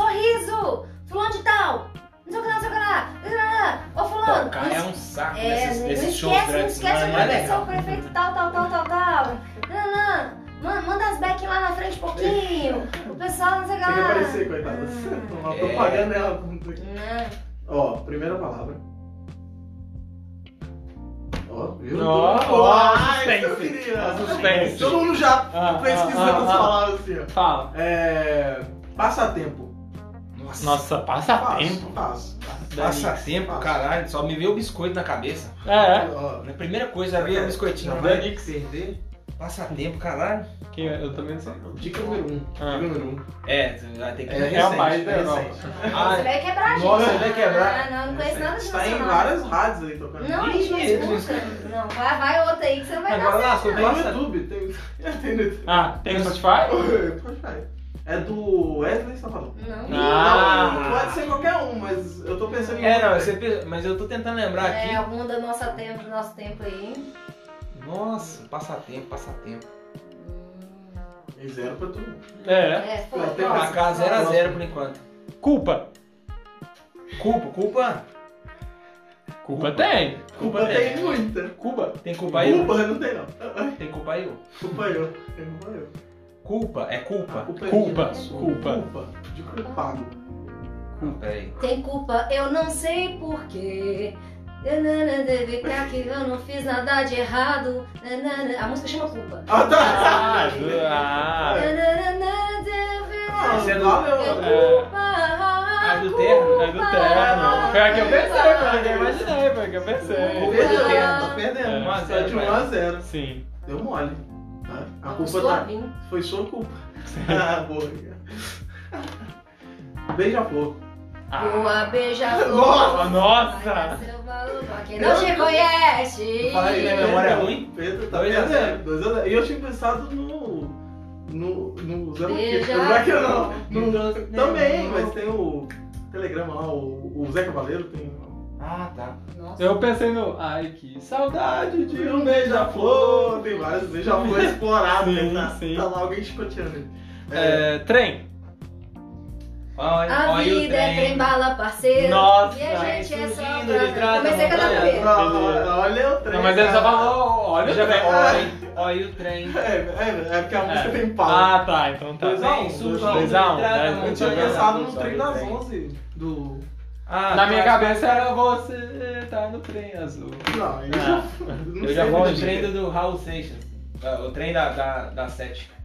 Speaker 4: Sorriso! Fulano de tal! Não sei o que lá, não sei o que lá! não sei o que lá. Ô fulano!
Speaker 3: Tocar é um saco
Speaker 4: É,
Speaker 3: nesses,
Speaker 4: não
Speaker 3: nesses
Speaker 4: esquece,
Speaker 3: shows
Speaker 4: não
Speaker 3: grandes.
Speaker 4: esquece o
Speaker 3: não é
Speaker 4: professor,
Speaker 3: legal.
Speaker 4: o prefeito tal, tal, tal, tal, tal. Nanã, man- manda as back lá na frente um pouquinho. O pessoal, não sei o que
Speaker 2: Tem que
Speaker 4: lá.
Speaker 2: aparecer, coitada. Uma
Speaker 3: É.
Speaker 2: propaganda ela. muito-
Speaker 4: Não.
Speaker 2: Ó, primeira palavra. Ó, viu?
Speaker 1: Ó,
Speaker 2: Todo-
Speaker 1: ó,
Speaker 2: Ah, isso eu
Speaker 1: suspense.
Speaker 2: queria.
Speaker 1: Ó, suspense.
Speaker 2: Todo mundo já
Speaker 1: Ah,
Speaker 2: pesquisando as
Speaker 1: ah, ah,
Speaker 2: palavras assim, ó.
Speaker 1: Fala.
Speaker 2: É. Passatempo.
Speaker 1: Nossa, passa tempo.
Speaker 2: Passo, passo.
Speaker 3: Passa tempo,
Speaker 2: Passa.
Speaker 3: caralho, só me veio o biscoito na cabeça.
Speaker 1: É,
Speaker 2: Ó,
Speaker 3: A primeira coisa, veio o biscoitinho.
Speaker 2: Já
Speaker 3: né?
Speaker 2: vai perder.
Speaker 3: Passa tempo, caralho.
Speaker 1: que eu também não sei.
Speaker 2: Dica número um. Dica
Speaker 1: Ah.
Speaker 2: número um.
Speaker 3: É, você vai ter que...
Speaker 1: É
Speaker 2: É,
Speaker 1: a
Speaker 2: recente,
Speaker 1: mais da
Speaker 2: é
Speaker 1: Europa.
Speaker 2: recente.
Speaker 4: Você vai quebrar a gente.
Speaker 3: Nossa, vai quebrar.
Speaker 4: Ah, não, não conheço nada de
Speaker 2: Tá em
Speaker 4: nacional.
Speaker 2: várias rádios aí tocando.
Speaker 4: Não, a gente não
Speaker 3: Ih,
Speaker 4: escuta. Não, vai, vai outra aí que você não vai dar
Speaker 3: é, Agora lascou,
Speaker 2: Tem no
Speaker 3: passa-
Speaker 2: YouTube, tem. Tem no YouTube.
Speaker 1: Ah, tem Spotify?
Speaker 2: Poxa, É do Wesley Safadão.
Speaker 4: Não.
Speaker 1: Não.
Speaker 2: Não, pode ser qualquer um, mas eu tô pensando em.
Speaker 3: Ah. É, não, você pensa- mas eu tô tentando lembrar
Speaker 4: É,
Speaker 3: tá aqui.
Speaker 4: algum da nossa tempo, do nosso tempo aí.
Speaker 3: Nossa, passatempo, passatempo.
Speaker 2: Em zero pra tudo.
Speaker 1: É.
Speaker 4: É, foi.
Speaker 2: Vai ter
Speaker 4: nossa,
Speaker 3: A casa era
Speaker 4: nossa.
Speaker 3: zero por enquanto.
Speaker 1: Culpa.
Speaker 3: Culpa, culpa?
Speaker 1: Culpa, tem.
Speaker 2: Culpa tem muita.
Speaker 1: Cuba.
Speaker 3: Tem é. culpa é aí?
Speaker 2: Culpa não tem, não.
Speaker 3: Tem culpa aí?
Speaker 2: Culpa é eu. Tem culpa eu.
Speaker 3: Culpa, é
Speaker 2: A
Speaker 3: culpa.
Speaker 2: é
Speaker 1: Culpa,
Speaker 2: minha.
Speaker 1: culpa.
Speaker 2: Culpa. De culpado.
Speaker 3: Culpa, peraí.
Speaker 4: Tem culpa, eu não sei porquê. Nanana, deve cá que eu não fiz nada de errado. Nanana, a música chama culpa.
Speaker 2: Ah, tá.
Speaker 1: Ah, ah.
Speaker 4: Nanana, deve
Speaker 2: Ah,
Speaker 3: Esse é do-
Speaker 2: valeu.
Speaker 1: É.
Speaker 3: Ah,
Speaker 4: culpa.
Speaker 3: do terno,
Speaker 1: É do terno. Foi a que eu pensei, foi a que eu imaginei, foi a que eu
Speaker 2: Perdeu,
Speaker 1: pensei.
Speaker 2: perdeu,
Speaker 4: Ah.
Speaker 2: tá perdendo.
Speaker 1: É. Um a
Speaker 2: Só de 1 a 0.
Speaker 1: Sim.
Speaker 2: Deu mole. Tá? A culpa
Speaker 4: Sua
Speaker 2: tá.
Speaker 4: vinho.
Speaker 2: Foi sua culpa. Ah, boa. Beija-flor.
Speaker 1: Ah.
Speaker 4: Boa
Speaker 2: Nossa!
Speaker 4: beija-flor.
Speaker 1: Nossa!
Speaker 4: Quem não te conhece.
Speaker 3: Fala aí, minha memória é ruim.
Speaker 2: Pedro tá
Speaker 3: Dois a
Speaker 2: perdendo. 2 a 0. E eu tinha pensado no. No. No. Zé Luquito.
Speaker 4: Beija-flor.
Speaker 2: Não é que eu não.
Speaker 3: Então,
Speaker 2: No-
Speaker 3: assim,
Speaker 2: também, mas tem o. Telegrama lá, o, o Zé Cavaleiro tem. um
Speaker 3: Ah, tá.
Speaker 4: Nossa.
Speaker 1: Eu pensei no. Ai, que saudade de
Speaker 2: Tem
Speaker 1: um beija-flor.
Speaker 2: tem vários beija-flor explorados.
Speaker 1: Sim,
Speaker 2: tá,
Speaker 1: sim.
Speaker 2: tá lá alguém chicoteando ele. É,
Speaker 1: É, trem.
Speaker 3: Olha,
Speaker 4: A
Speaker 3: olha o
Speaker 4: vida é trem
Speaker 3: trem.
Speaker 4: bala, parceiro.
Speaker 1: Nossa,
Speaker 4: E a gente é só
Speaker 3: surgindo
Speaker 4: pra...
Speaker 3: de trás da
Speaker 4: Comecei a cantar
Speaker 3: montanha.
Speaker 2: olha,
Speaker 4: primeiro.
Speaker 2: olha, olha o trem.
Speaker 1: Não, mas ele só
Speaker 2: cara.
Speaker 1: falou. Olha o
Speaker 3: Já vai-
Speaker 2: Ah.
Speaker 1: trem.
Speaker 3: Olha, olha o trem.
Speaker 2: É, é, é porque a música
Speaker 1: É.
Speaker 2: tem pau.
Speaker 1: Ah, tá, então tá.
Speaker 2: Dois a um,
Speaker 3: Trem surgindo
Speaker 2: dois a um.
Speaker 3: de
Speaker 1: Dois a um,
Speaker 3: trás da
Speaker 1: né?
Speaker 2: Eu
Speaker 1: Dois a um.
Speaker 2: tinha
Speaker 3: montanha.
Speaker 2: pensado no trem das 11 do.
Speaker 3: Ah,
Speaker 1: Na minha
Speaker 3: tá.
Speaker 1: cabeça era você tá no trem azul.
Speaker 2: Não, eu
Speaker 1: Ah,
Speaker 2: já. não
Speaker 3: Eu já
Speaker 2: sei
Speaker 3: vou no
Speaker 2: onde
Speaker 3: trem
Speaker 2: é.
Speaker 3: do, do Raul Seixas. Ah, O trem da, da, da sete.
Speaker 2: Tá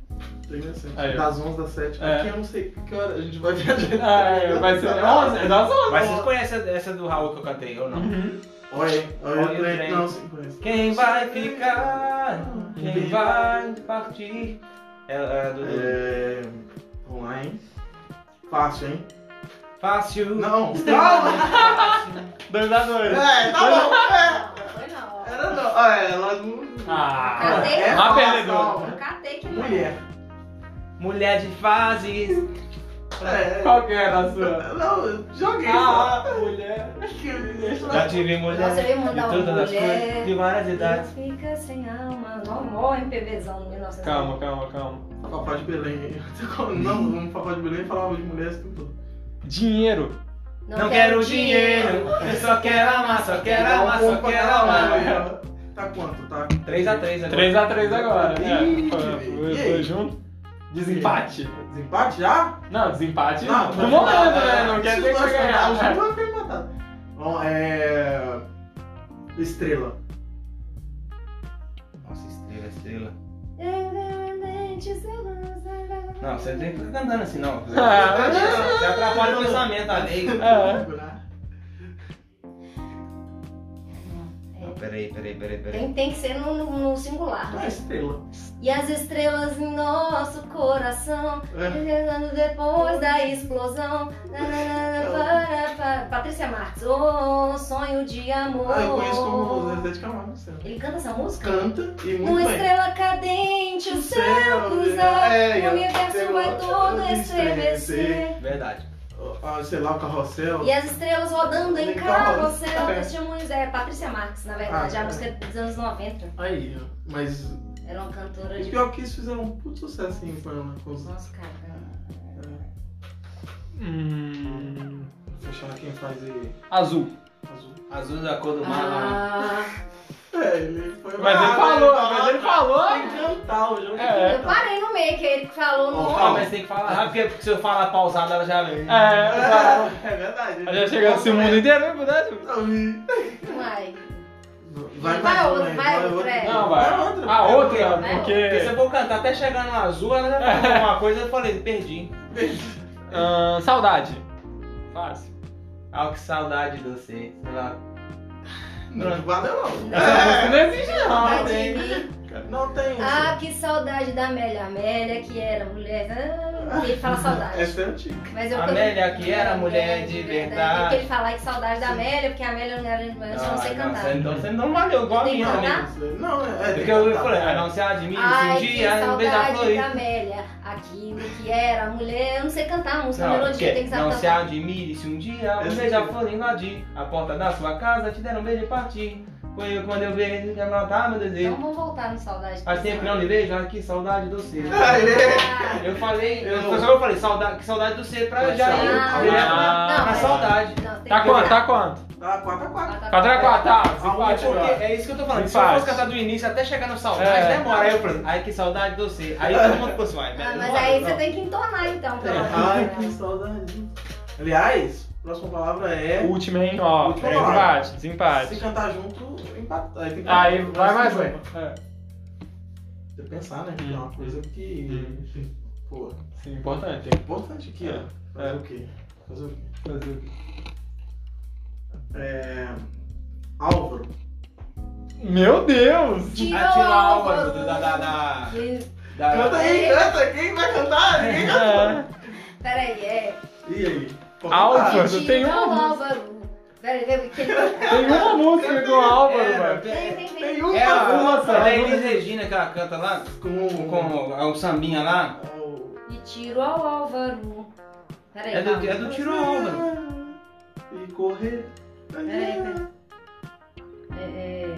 Speaker 2: Trem das sete.
Speaker 1: Aí, ó.
Speaker 2: Das 11 às 7.
Speaker 1: É.
Speaker 2: Aqui eu não sei que hora a gente vai viajar.
Speaker 1: Ah, vai ser 11, é das 11.
Speaker 3: Mas vocês conhecem essa do Raul que eu cantei ou não?
Speaker 2: Uhum. Olha, olha,
Speaker 3: Olha o
Speaker 2: o trem.
Speaker 3: trem.
Speaker 2: Não, sim, conheço.
Speaker 3: Quem vai ficar? Quem vai partir? É, é do, do-
Speaker 2: É. Vamos lá, hein? Fácil, hein?
Speaker 3: Fácil.
Speaker 2: Não, calma!
Speaker 3: Fácil.
Speaker 1: 2 a 2.
Speaker 2: É, tá bom! É.
Speaker 4: Foi na hora.
Speaker 2: Era não. Ah, é, ela não.
Speaker 1: Ah,
Speaker 4: Cadê?
Speaker 2: é
Speaker 1: Uma
Speaker 2: fácil,
Speaker 1: perdedora.
Speaker 4: Eu catei que não.
Speaker 2: Mulher.
Speaker 3: Mulher de fases.
Speaker 2: É.
Speaker 1: qual que era a sua?
Speaker 2: Não, eu joguei só.
Speaker 1: Ah, mulher.
Speaker 3: Já tive mulher
Speaker 4: Nossa, eu ia
Speaker 3: de
Speaker 4: mandar uma
Speaker 3: todas as
Speaker 4: mulher.
Speaker 3: cores, de várias idades.
Speaker 4: Fica sem alma. Mó, mó MPVzão, 1900.
Speaker 1: Calma, calma, calma.
Speaker 2: Papai de Belém. Não, no Papai de Belém falava de mulheres o tempo todo.
Speaker 1: Dinheiro.
Speaker 3: Não, quero dinheiro, eu só quero amar, só quero amar, só quero amar.
Speaker 2: Tá quanto? Tá
Speaker 3: 3x3 agora.
Speaker 1: 3 a 3 agora.
Speaker 2: Ih,
Speaker 1: É, foi-
Speaker 2: que-
Speaker 1: foi-
Speaker 2: e
Speaker 1: foi
Speaker 2: aí?
Speaker 1: junto. Desempate.
Speaker 2: Desempate já?
Speaker 1: Não, desempate
Speaker 2: Não,
Speaker 1: no momento, né? Não quer
Speaker 2: se
Speaker 1: dizer que
Speaker 2: nós
Speaker 1: vai ganhar.
Speaker 2: ganharmos, não vai ficar empatado. Bom, é. Estrela.
Speaker 3: Nossa, estrela, estrela.
Speaker 4: Não.
Speaker 3: Não, você não tem que ficar cantando assim, não.
Speaker 2: É.
Speaker 1: Ah,
Speaker 3: Você atrapalha o pensamento alheio.
Speaker 1: É.
Speaker 3: Não, peraí, peraí, peraí, peraí.
Speaker 4: Tem, tem que ser no, no- no singular.
Speaker 1: é
Speaker 2: Ah, estrela.
Speaker 4: E as estrelas em nosso coração,
Speaker 2: É.
Speaker 4: anos depois da explosão. nananana, para, para. Patrícia Marques, oh, sonho de amor.
Speaker 2: Ah, eu conheço como você, Zé de Camargo Santos.
Speaker 4: Ele canta essa música?
Speaker 2: Canta e muito
Speaker 4: Uma
Speaker 2: bem.
Speaker 4: estrela cadente, o Um céu cruzar.
Speaker 2: É,
Speaker 4: o universo
Speaker 2: estrela-
Speaker 4: vai todo
Speaker 2: estremecer.
Speaker 4: estremecer.
Speaker 3: Verdade.
Speaker 2: Ah, sei lá, o carrossel.
Speaker 4: E as estrelas rodando em
Speaker 2: Em carro,
Speaker 4: carrossel.
Speaker 2: é.
Speaker 4: Testemunhos. É Patrícia Marques, na verdade.
Speaker 2: Ah,
Speaker 4: a
Speaker 2: é.
Speaker 4: música dos anos 90.
Speaker 2: Aí, ó. mas
Speaker 4: Ela é uma cantora
Speaker 2: o
Speaker 4: de.
Speaker 2: pior que isso fizeram um puto sucesso em Panama. Com os...
Speaker 4: Nossa, cara.
Speaker 1: Hum,
Speaker 2: Fechar quem faz e
Speaker 1: azul.
Speaker 2: azul.
Speaker 3: Azul da cor do mar.
Speaker 4: Ah,
Speaker 2: É, ele foi
Speaker 1: Mas ele falou, mas ele falou.
Speaker 2: Tem que cantar o jogo.
Speaker 1: É.
Speaker 4: Ah, eu parei no meio que ele que falou.
Speaker 2: Ó,
Speaker 4: no-
Speaker 3: Ah, mas tem que falar rápido, porque, porque se eu falar pausado, ela já vem.
Speaker 1: É, exato.
Speaker 2: É verdade.
Speaker 1: já chegou assim o mundo inteiro, né? verdade?
Speaker 4: Vai.
Speaker 2: Vai,
Speaker 4: Vai
Speaker 2: mais
Speaker 4: outro,
Speaker 2: um,
Speaker 4: vai
Speaker 2: vai
Speaker 4: outro, é.
Speaker 1: Não, vai. Ah, né?
Speaker 2: outra.
Speaker 1: A outra,
Speaker 2: né?
Speaker 4: Vai.
Speaker 1: porque.
Speaker 3: Porque se eu for cantar até chegar no azul, ela já falou alguma coisa, eu falei, perdi.
Speaker 1: Ahn, saudade. Fácil.
Speaker 3: Ah, que saudade de você. Sei lá.
Speaker 2: Não valeu não.
Speaker 1: Essa música não existe, não.
Speaker 4: Vai
Speaker 1: né?
Speaker 4: de mim.
Speaker 2: Não tem um. isso.
Speaker 4: Ah, que saudade da Amélia. Amélia, que era mulher. Ah, ele fala saudade.
Speaker 2: Essa é antiga.
Speaker 4: Mas eu
Speaker 3: Amélia, que era mulher de verdade.
Speaker 4: Porque ele fala que saudade da Amélia, porque a Amélia não era mulher, eu só não sei cantar.
Speaker 3: você- Então você não valeu igual a
Speaker 4: Tem
Speaker 3: minha
Speaker 4: que
Speaker 3: também.
Speaker 4: cantar?
Speaker 2: Não, é. é
Speaker 3: Porque eu falei, ah, não se admira se um
Speaker 4: Ai, que
Speaker 3: dia não
Speaker 4: saudade
Speaker 3: beijar
Speaker 4: tá? da
Speaker 3: florida.
Speaker 4: Amélia, aquilo que era mulher. Eu não sei cantar a música, a
Speaker 3: Não,
Speaker 4: melodia,
Speaker 3: porque
Speaker 4: tem que
Speaker 3: não
Speaker 4: saber
Speaker 3: se
Speaker 4: cantar.
Speaker 3: admire se um dia um
Speaker 2: Essa
Speaker 3: beijar
Speaker 2: aqui.
Speaker 3: flor invadir a porta da sua casa, te deram um beijo e partir. Foi eu quando eu vejo que é matar meu
Speaker 4: Então
Speaker 3: desejo.
Speaker 4: vamos voltar no saudade.
Speaker 3: Faz tempo que não lhe vejo, ah, que saudade do ser.
Speaker 4: Ah,
Speaker 3: Eu falei, eu,
Speaker 2: Eu-
Speaker 3: só que eu falei, saudade, que saudade do ser pra
Speaker 2: Mas
Speaker 3: já
Speaker 2: saudade-
Speaker 3: ir
Speaker 4: ah,
Speaker 3: direto
Speaker 1: Ah,
Speaker 4: não, mas-
Speaker 3: na Tá saudade.
Speaker 4: não, tem
Speaker 1: Tá
Speaker 4: que
Speaker 1: quanto?
Speaker 4: cantar.
Speaker 1: Tá quanto?
Speaker 2: Tá 4 a 4.
Speaker 4: Quatro,
Speaker 1: 4 x 4 tá.
Speaker 3: Porque
Speaker 1: Desempate agora.
Speaker 3: é isso que eu tô falando. Se eu
Speaker 1: Empate.
Speaker 3: fosse cantar do início até chegar no saudade,
Speaker 1: É.
Speaker 3: demora. Aí eu falei, ai que saudade do você. Aí todo mundo ficou assim, ai,
Speaker 4: Ah,
Speaker 3: velho,
Speaker 4: mas
Speaker 3: não
Speaker 4: aí
Speaker 3: vale,
Speaker 4: você
Speaker 3: não.
Speaker 4: tem que entonar então, pelo
Speaker 2: Ai, que
Speaker 4: menos.
Speaker 2: saudade. Aliás, próxima palavra é.
Speaker 1: Tá. Última, hein? Ó,
Speaker 2: Última
Speaker 1: desempate,
Speaker 2: Se
Speaker 1: desempate.
Speaker 2: cantar junto, empata. Aí, tem que-
Speaker 1: Aí vai Hum. mais
Speaker 2: Tem
Speaker 1: um. É.
Speaker 2: que pensar, né? Que é uma coisa que.
Speaker 1: Hum,
Speaker 2: Pô,
Speaker 1: Sim, importante.
Speaker 2: é importante aqui,
Speaker 1: É.
Speaker 2: ó. Fazer
Speaker 1: É.
Speaker 2: o quê? Fazer o quê?
Speaker 1: Fazer o quê?
Speaker 2: É. Álvaro.
Speaker 1: Meu Deus!
Speaker 3: Ah, tira o Álvaro do- da, da, da,
Speaker 4: Que-
Speaker 3: da-
Speaker 2: Canta aí, canta! Quem vai cantar? Ninguém
Speaker 1: É.
Speaker 4: Peraí, é.
Speaker 2: canta. E aí? Pode
Speaker 1: Álvaro.
Speaker 2: cantar.
Speaker 1: Mas eu tenho
Speaker 4: Tira o
Speaker 1: uma-
Speaker 4: Álvaro. Peraí, vê o que ele vai
Speaker 1: Tem um? uma música com o Álvaro, velho.
Speaker 4: Vem, vem, vem.
Speaker 2: Tem um
Speaker 3: É a,
Speaker 1: Uma
Speaker 3: a
Speaker 1: só.
Speaker 3: da Elis Regina que ela canta lá,
Speaker 2: com.
Speaker 3: com o, o sambinha lá.
Speaker 2: com-
Speaker 4: E tiro ao Álvaro. Peraí,
Speaker 3: É do,
Speaker 4: calma.
Speaker 3: é do Tiro Onda.
Speaker 2: E correr.
Speaker 4: Peraí, peraí. É, é,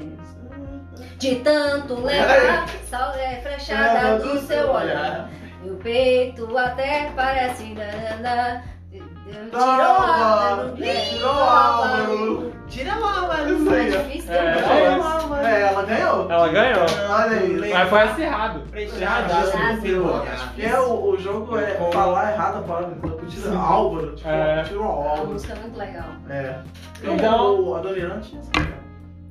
Speaker 4: De tanto levar, sal é frechada do seu olhar. E o peito até parece danana. Tirou Álvaro,
Speaker 2: Tirou
Speaker 4: tirou
Speaker 2: Álvaro.
Speaker 4: Álvaro.
Speaker 3: Tira lá,
Speaker 2: Isso
Speaker 4: Não é
Speaker 2: aí, ó.
Speaker 4: difícil né?
Speaker 1: É,
Speaker 4: também.
Speaker 1: é isso.
Speaker 2: É, ela ganhou.
Speaker 1: Ela ganhou.
Speaker 2: Olha aí.
Speaker 1: Mas foi acirrado.
Speaker 4: Fechadaço,
Speaker 2: Que é, o, o jogo é
Speaker 3: Com-
Speaker 2: falar errado a palavra. Então, tu tira Álvaro, tipo,
Speaker 1: É.
Speaker 2: tira o
Speaker 4: É uma
Speaker 2: Álvaro.
Speaker 4: música muito legal.
Speaker 2: É.
Speaker 1: Então-
Speaker 2: o Adoniante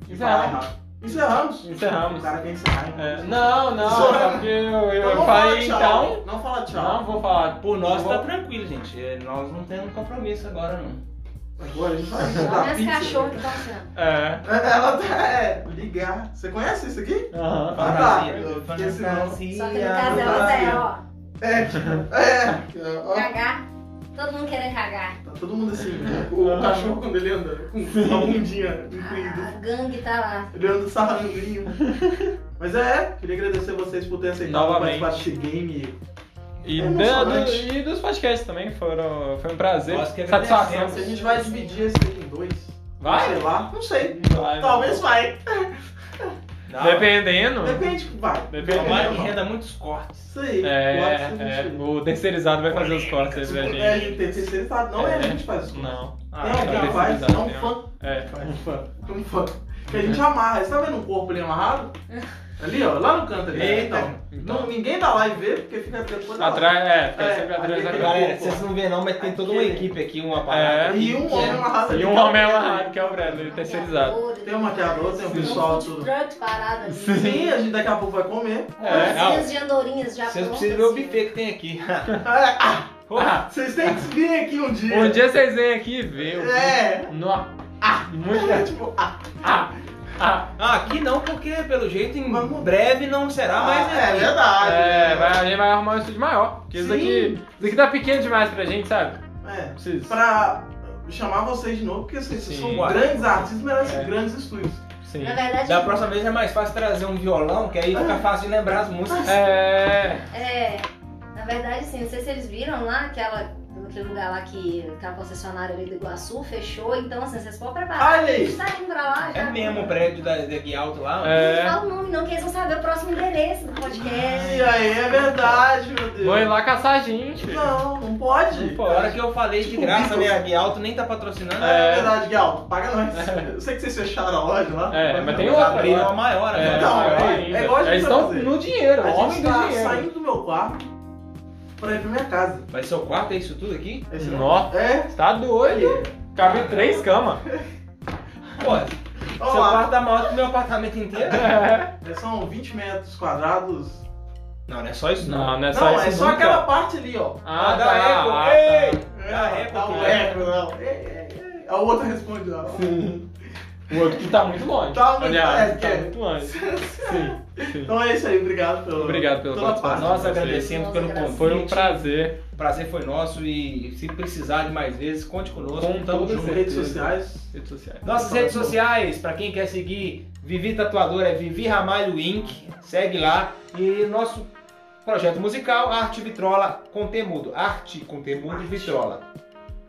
Speaker 1: Encerramos.
Speaker 2: Encerramos. O
Speaker 1: Encerramos.
Speaker 2: cara quer encerrar. então.
Speaker 1: É, Não, não,
Speaker 2: Só-
Speaker 1: só porque eu, eu
Speaker 2: não fala
Speaker 1: falei
Speaker 2: tchau. né?
Speaker 1: então.
Speaker 2: Não fala
Speaker 1: Não
Speaker 2: tchau.
Speaker 1: vou falar.
Speaker 3: Por nós
Speaker 1: Não
Speaker 3: tá
Speaker 1: vou-
Speaker 3: tranquilo, gente. É, Nós não temos compromisso agora, não.
Speaker 2: Agora a gente vai
Speaker 4: Olha
Speaker 2: mandar
Speaker 4: as
Speaker 2: pizza.
Speaker 4: cachorras que estão assim.
Speaker 1: É.
Speaker 2: Ela tá. É, ligar. Você conhece isso aqui?
Speaker 1: Aham.
Speaker 2: Ah, tá. Porque senão-
Speaker 4: ó. Só que no caso delas é, ó,
Speaker 2: É, tipo, é. é, ó,
Speaker 4: cagar. Todo mundo querendo cagar.
Speaker 2: Tá todo mundo assim. O cachorro, quando ele anda, com a bundinha incluída.
Speaker 4: A gangue tá lá.
Speaker 2: Ele anda sarranguinho. Mas é, queria agradecer vocês por terem aceitado
Speaker 1: Novamente.
Speaker 2: participar desse game.
Speaker 1: E,
Speaker 2: É
Speaker 1: da- do-
Speaker 2: emocionante.
Speaker 1: e dos podcasts também foram. Foi um prazer.
Speaker 3: Nós que agradecemos.
Speaker 1: Satisfação.
Speaker 2: Então, Se a gente vai dividir esse em dois.
Speaker 1: Vai?
Speaker 2: Sei lá, não sei.
Speaker 1: Vai.
Speaker 2: Talvez vai.
Speaker 1: Dependendo.
Speaker 2: Depende que vai.
Speaker 1: Depende.
Speaker 3: Tomara que renda muitos cortes.
Speaker 2: Isso aí.
Speaker 1: É,
Speaker 2: pode ser
Speaker 1: é,
Speaker 2: mentira.
Speaker 1: o terceirizado vai fazer os cortes aí pra
Speaker 2: É, a
Speaker 1: gente.
Speaker 2: gente tem terceirizado. Não é a
Speaker 1: É.
Speaker 2: gente que faz isso.
Speaker 1: Não.
Speaker 2: Tem alguém
Speaker 1: é
Speaker 2: que faz,
Speaker 1: terceirizado
Speaker 2: é um
Speaker 1: mesmo.
Speaker 2: fã.
Speaker 1: É.
Speaker 2: Faz. Um fã. Que a gente amarra. Você tá vendo um corpo ali amarrado? Ali, ó, lá no canto ali.
Speaker 3: Eita.
Speaker 2: Então,
Speaker 1: Então.
Speaker 2: não, ninguém da live vê, porque fica depois da
Speaker 1: Atrás, é, fica
Speaker 2: É,
Speaker 1: sempre atrás da
Speaker 2: aquele-
Speaker 1: galera.
Speaker 3: Galera, vocês não vê não, mas tem toda uma
Speaker 2: Aquele-
Speaker 3: equipe aqui, uma parada.
Speaker 1: É.
Speaker 2: E um
Speaker 3: que
Speaker 2: homem amarrado ali.
Speaker 1: E um homem amarrado, que é o Bradley, terceirizado.
Speaker 2: Tem um maquiador, tem um pessoal, tudo.
Speaker 4: truck parado ali.
Speaker 1: Sim.
Speaker 2: Sim, a gente daqui a pouco vai comer.
Speaker 1: É, não.
Speaker 4: Coisinhas de andorinhas já
Speaker 3: Vocês
Speaker 4: prontas,
Speaker 3: precisam ver o
Speaker 4: assim.
Speaker 3: buffet que tem aqui.
Speaker 2: Ah,
Speaker 1: Ah,
Speaker 2: Vocês têm que vir aqui um dia.
Speaker 1: um dia um vocês vêm aqui e vê. o-
Speaker 2: É.
Speaker 1: Nó.
Speaker 2: Ah.
Speaker 1: Muita.
Speaker 2: Tipo, ah,
Speaker 1: Ah, ah.
Speaker 3: Ah, aqui não, porque pelo jeito em
Speaker 2: Vamos.
Speaker 3: breve não será mais
Speaker 2: é
Speaker 3: aqui.
Speaker 2: verdade.
Speaker 1: Tá Ah, É,
Speaker 2: né?
Speaker 1: vai, a gente vai arrumar um estúdio maior. Porque isso
Speaker 2: Sim.
Speaker 1: aqui, isso aqui tá pequeno demais pra gente, sabe?
Speaker 2: É,
Speaker 1: Precisa.
Speaker 2: pra chamar vocês de novo, porque assim, vocês
Speaker 1: Sim.
Speaker 2: são grandes artistas, merecem
Speaker 1: É.
Speaker 2: grandes estúdios.
Speaker 1: Sim.
Speaker 4: Na verdade,
Speaker 3: Da próxima vez é mais fácil trazer um violão, que aí
Speaker 1: Ah.
Speaker 3: fica fácil de lembrar as músicas.
Speaker 1: É.
Speaker 4: é. Na verdade, sim, não sei se eles viram lá aquela. Aquele lugar lá que aquela concessionária ali do Iguaçu fechou, então assim, vocês podem preparar.
Speaker 2: Olha
Speaker 4: A gente
Speaker 2: aí.
Speaker 4: tá indo pra lá já.
Speaker 3: É mesmo o prédio da, daqui alto lá.
Speaker 4: Não
Speaker 1: É.
Speaker 4: fala o nome, não, que eles vão saber o próximo endereço do podcast.
Speaker 2: E aí, é verdade, meu Deus.
Speaker 1: Vou ir lá caçar a gente.
Speaker 2: Não, não pode.
Speaker 1: Não
Speaker 3: A hora
Speaker 1: pode.
Speaker 3: que eu falei de
Speaker 2: Tipo,
Speaker 3: graça,
Speaker 2: Beatles.
Speaker 3: né? A Gui Alto nem tá patrocinando.
Speaker 1: um É.
Speaker 2: verdade, Gal, paga nós. Eu sei que vocês fecharam a loja lá.
Speaker 1: É, mas tem
Speaker 3: Mas
Speaker 1: outra
Speaker 3: abriu
Speaker 1: agora.
Speaker 3: uma maior
Speaker 1: É,
Speaker 2: Então,
Speaker 3: agora.
Speaker 1: maior
Speaker 2: é-
Speaker 1: ainda.
Speaker 2: é igual a gente
Speaker 1: Eles
Speaker 2: vai
Speaker 1: estão
Speaker 2: fazer.
Speaker 1: no dinheiro,
Speaker 2: A
Speaker 1: homem
Speaker 2: gente
Speaker 1: do
Speaker 2: tá
Speaker 1: dinheiro.
Speaker 2: saindo do meu quarto pra ir pra minha casa.
Speaker 3: Mas seu quarto é isso tudo aqui?
Speaker 2: Esse não.
Speaker 1: Nó,
Speaker 2: É,
Speaker 1: tá doido. Cabe três camas.
Speaker 3: Pô,
Speaker 2: vamos
Speaker 3: seu
Speaker 2: lá.
Speaker 3: quarto tá maior que o meu apartamento inteiro.
Speaker 1: É.
Speaker 2: São 20 metros quadrados.
Speaker 3: Não, não é só isso não.
Speaker 1: Não, não é só
Speaker 2: não,
Speaker 1: isso.
Speaker 2: é só
Speaker 1: nunca.
Speaker 2: aquela parte ali, ó.
Speaker 1: Ah,
Speaker 3: da
Speaker 1: tá,
Speaker 3: Echo.
Speaker 1: ah, tá.
Speaker 3: Ei!
Speaker 2: Ah,
Speaker 3: é,
Speaker 2: dá um
Speaker 3: porque-
Speaker 2: eco, não. É, é, é. A outra responde lá.
Speaker 1: Sim. O outro que tá muito longe.
Speaker 2: Tá muito-
Speaker 1: Aliás,
Speaker 2: é,
Speaker 1: tá
Speaker 2: é.
Speaker 1: muito longe. Sim, sim.
Speaker 2: Então é isso aí, obrigado pelo.
Speaker 1: Obrigado pela
Speaker 2: pela parte.
Speaker 1: participação.
Speaker 3: Nós agradecemos pelo
Speaker 4: Nossa,
Speaker 3: convite.
Speaker 1: Foi um prazer.
Speaker 3: O prazer foi nosso e se precisar de mais vezes, conte conosco.
Speaker 1: Com
Speaker 3: Tamo
Speaker 1: toda
Speaker 3: junto.
Speaker 1: certeza.
Speaker 2: Redes sociais.
Speaker 1: Redes sociais.
Speaker 3: Nossas redes sociais, pra quem quer seguir Vivi Tatuador é Vivi Ramalho Inc. Segue lá. E nosso projeto musical, Arte Vitrola com Temudo. Arte com Temudo e Vitrola.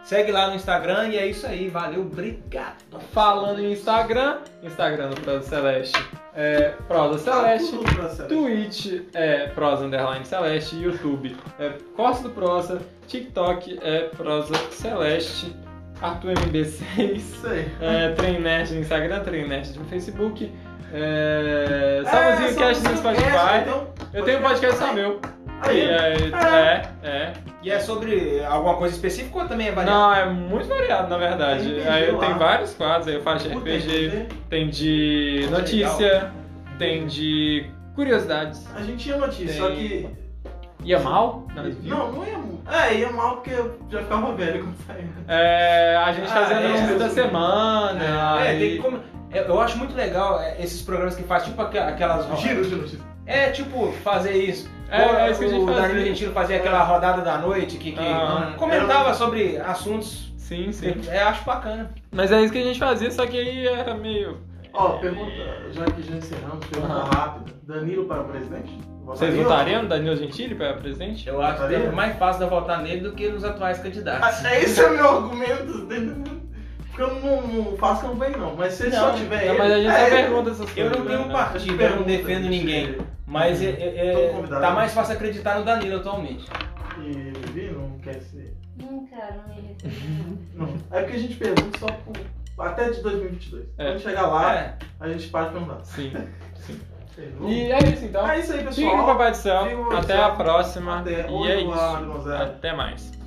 Speaker 3: Segue lá no Instagram e é isso aí. Valeu, obrigado.
Speaker 1: Falando em Instagram, Instagram do Prosa Celeste é Prosa Celeste,
Speaker 2: Tá Tudo pra Celeste.
Speaker 1: Twitch é Prosa Underline Celeste, YouTube é Costa do Prosa, TikTok é Prosa Celeste, Arthur MB6,
Speaker 2: Isso aí.
Speaker 1: é, Trem Nerd no Instagram, Trem Nerd no Facebook, é, Salmozinho Cast no Spotify. Eu tenho um podcast só meu.
Speaker 2: é então, Aí.
Speaker 1: É, é, é.
Speaker 3: E é sobre alguma coisa específica ou também é variado?
Speaker 1: Não, é muito variado, na verdade.
Speaker 2: Tem RPG
Speaker 1: Aí eu
Speaker 2: lá.
Speaker 1: tenho vários quadros, aí eu faço de RPG, tem de
Speaker 3: Nossa,
Speaker 1: notícia, tem de curiosidades.
Speaker 2: A gente ia notícia,
Speaker 1: Tem-
Speaker 2: só que.
Speaker 1: Ia mal?
Speaker 2: Não, não ia muito. É, ia mal porque eu já ficava velho quando saía.
Speaker 1: É, a gente tá
Speaker 3: Ah,
Speaker 1: fazendo
Speaker 3: é.
Speaker 1: um vídeo da semana.
Speaker 3: É,
Speaker 1: aí-
Speaker 3: tem como. Eu eu acho muito legal é, esses programas que faz tipo aqua- aquelas rodas.
Speaker 2: Giro de notícia.
Speaker 3: É tipo fazer isso.
Speaker 1: É,
Speaker 3: Ou
Speaker 1: é isso que a gente
Speaker 3: o Danilo
Speaker 1: fazia. É.
Speaker 3: Gentili fazia aquela rodada da noite que, que
Speaker 1: Aham.
Speaker 3: comentava sobre assuntos.
Speaker 1: Sim, sim.
Speaker 3: É, acho bacana.
Speaker 1: Mas é isso que a gente fazia, só que aí era meio.
Speaker 2: Ó, pergunta, já que já encerramos, pergunta
Speaker 1: Aham.
Speaker 2: rápida. Danilo para presidente?
Speaker 1: Vocês votariam no Danilo Gentili para presidente?
Speaker 3: Eu acho
Speaker 2: Bacana.
Speaker 3: dele mais fácil de eu votar nele do que nos atuais candidatos.
Speaker 2: Ah, Esse é o meu argumento. entendeu? Porque eu não, não faço campanha, não. Mas se
Speaker 3: Não,
Speaker 2: só tiver.
Speaker 1: Não,
Speaker 2: ele-
Speaker 1: mas a gente só
Speaker 2: é,
Speaker 1: pergunta essas coisas.
Speaker 3: Eu não tenho
Speaker 1: né?
Speaker 3: partido, eu não defendo ninguém. Mas é- é- é-
Speaker 2: Todo convidado.
Speaker 3: tá mais fácil acreditar no Danilo atualmente.
Speaker 2: E Vivi não quer ser.
Speaker 4: Hum, cara, não me
Speaker 2: Não. É porque a gente pergunta só por, até de 2022.
Speaker 1: É.
Speaker 2: Quando chegar lá,
Speaker 3: É.
Speaker 2: a gente para de perguntar.
Speaker 1: Sim.
Speaker 2: Pergunta.
Speaker 1: E é isso então.
Speaker 2: É isso aí,
Speaker 1: Fica com o
Speaker 2: pessoal.
Speaker 1: Papai do Céu.
Speaker 2: Fica com o Papai do
Speaker 1: Até
Speaker 2: Céu.
Speaker 1: a próxima.
Speaker 2: Até.
Speaker 1: E
Speaker 2: Oi,
Speaker 1: é
Speaker 2: Eduardo
Speaker 1: isso.
Speaker 2: Gonzaga.
Speaker 1: Até mais.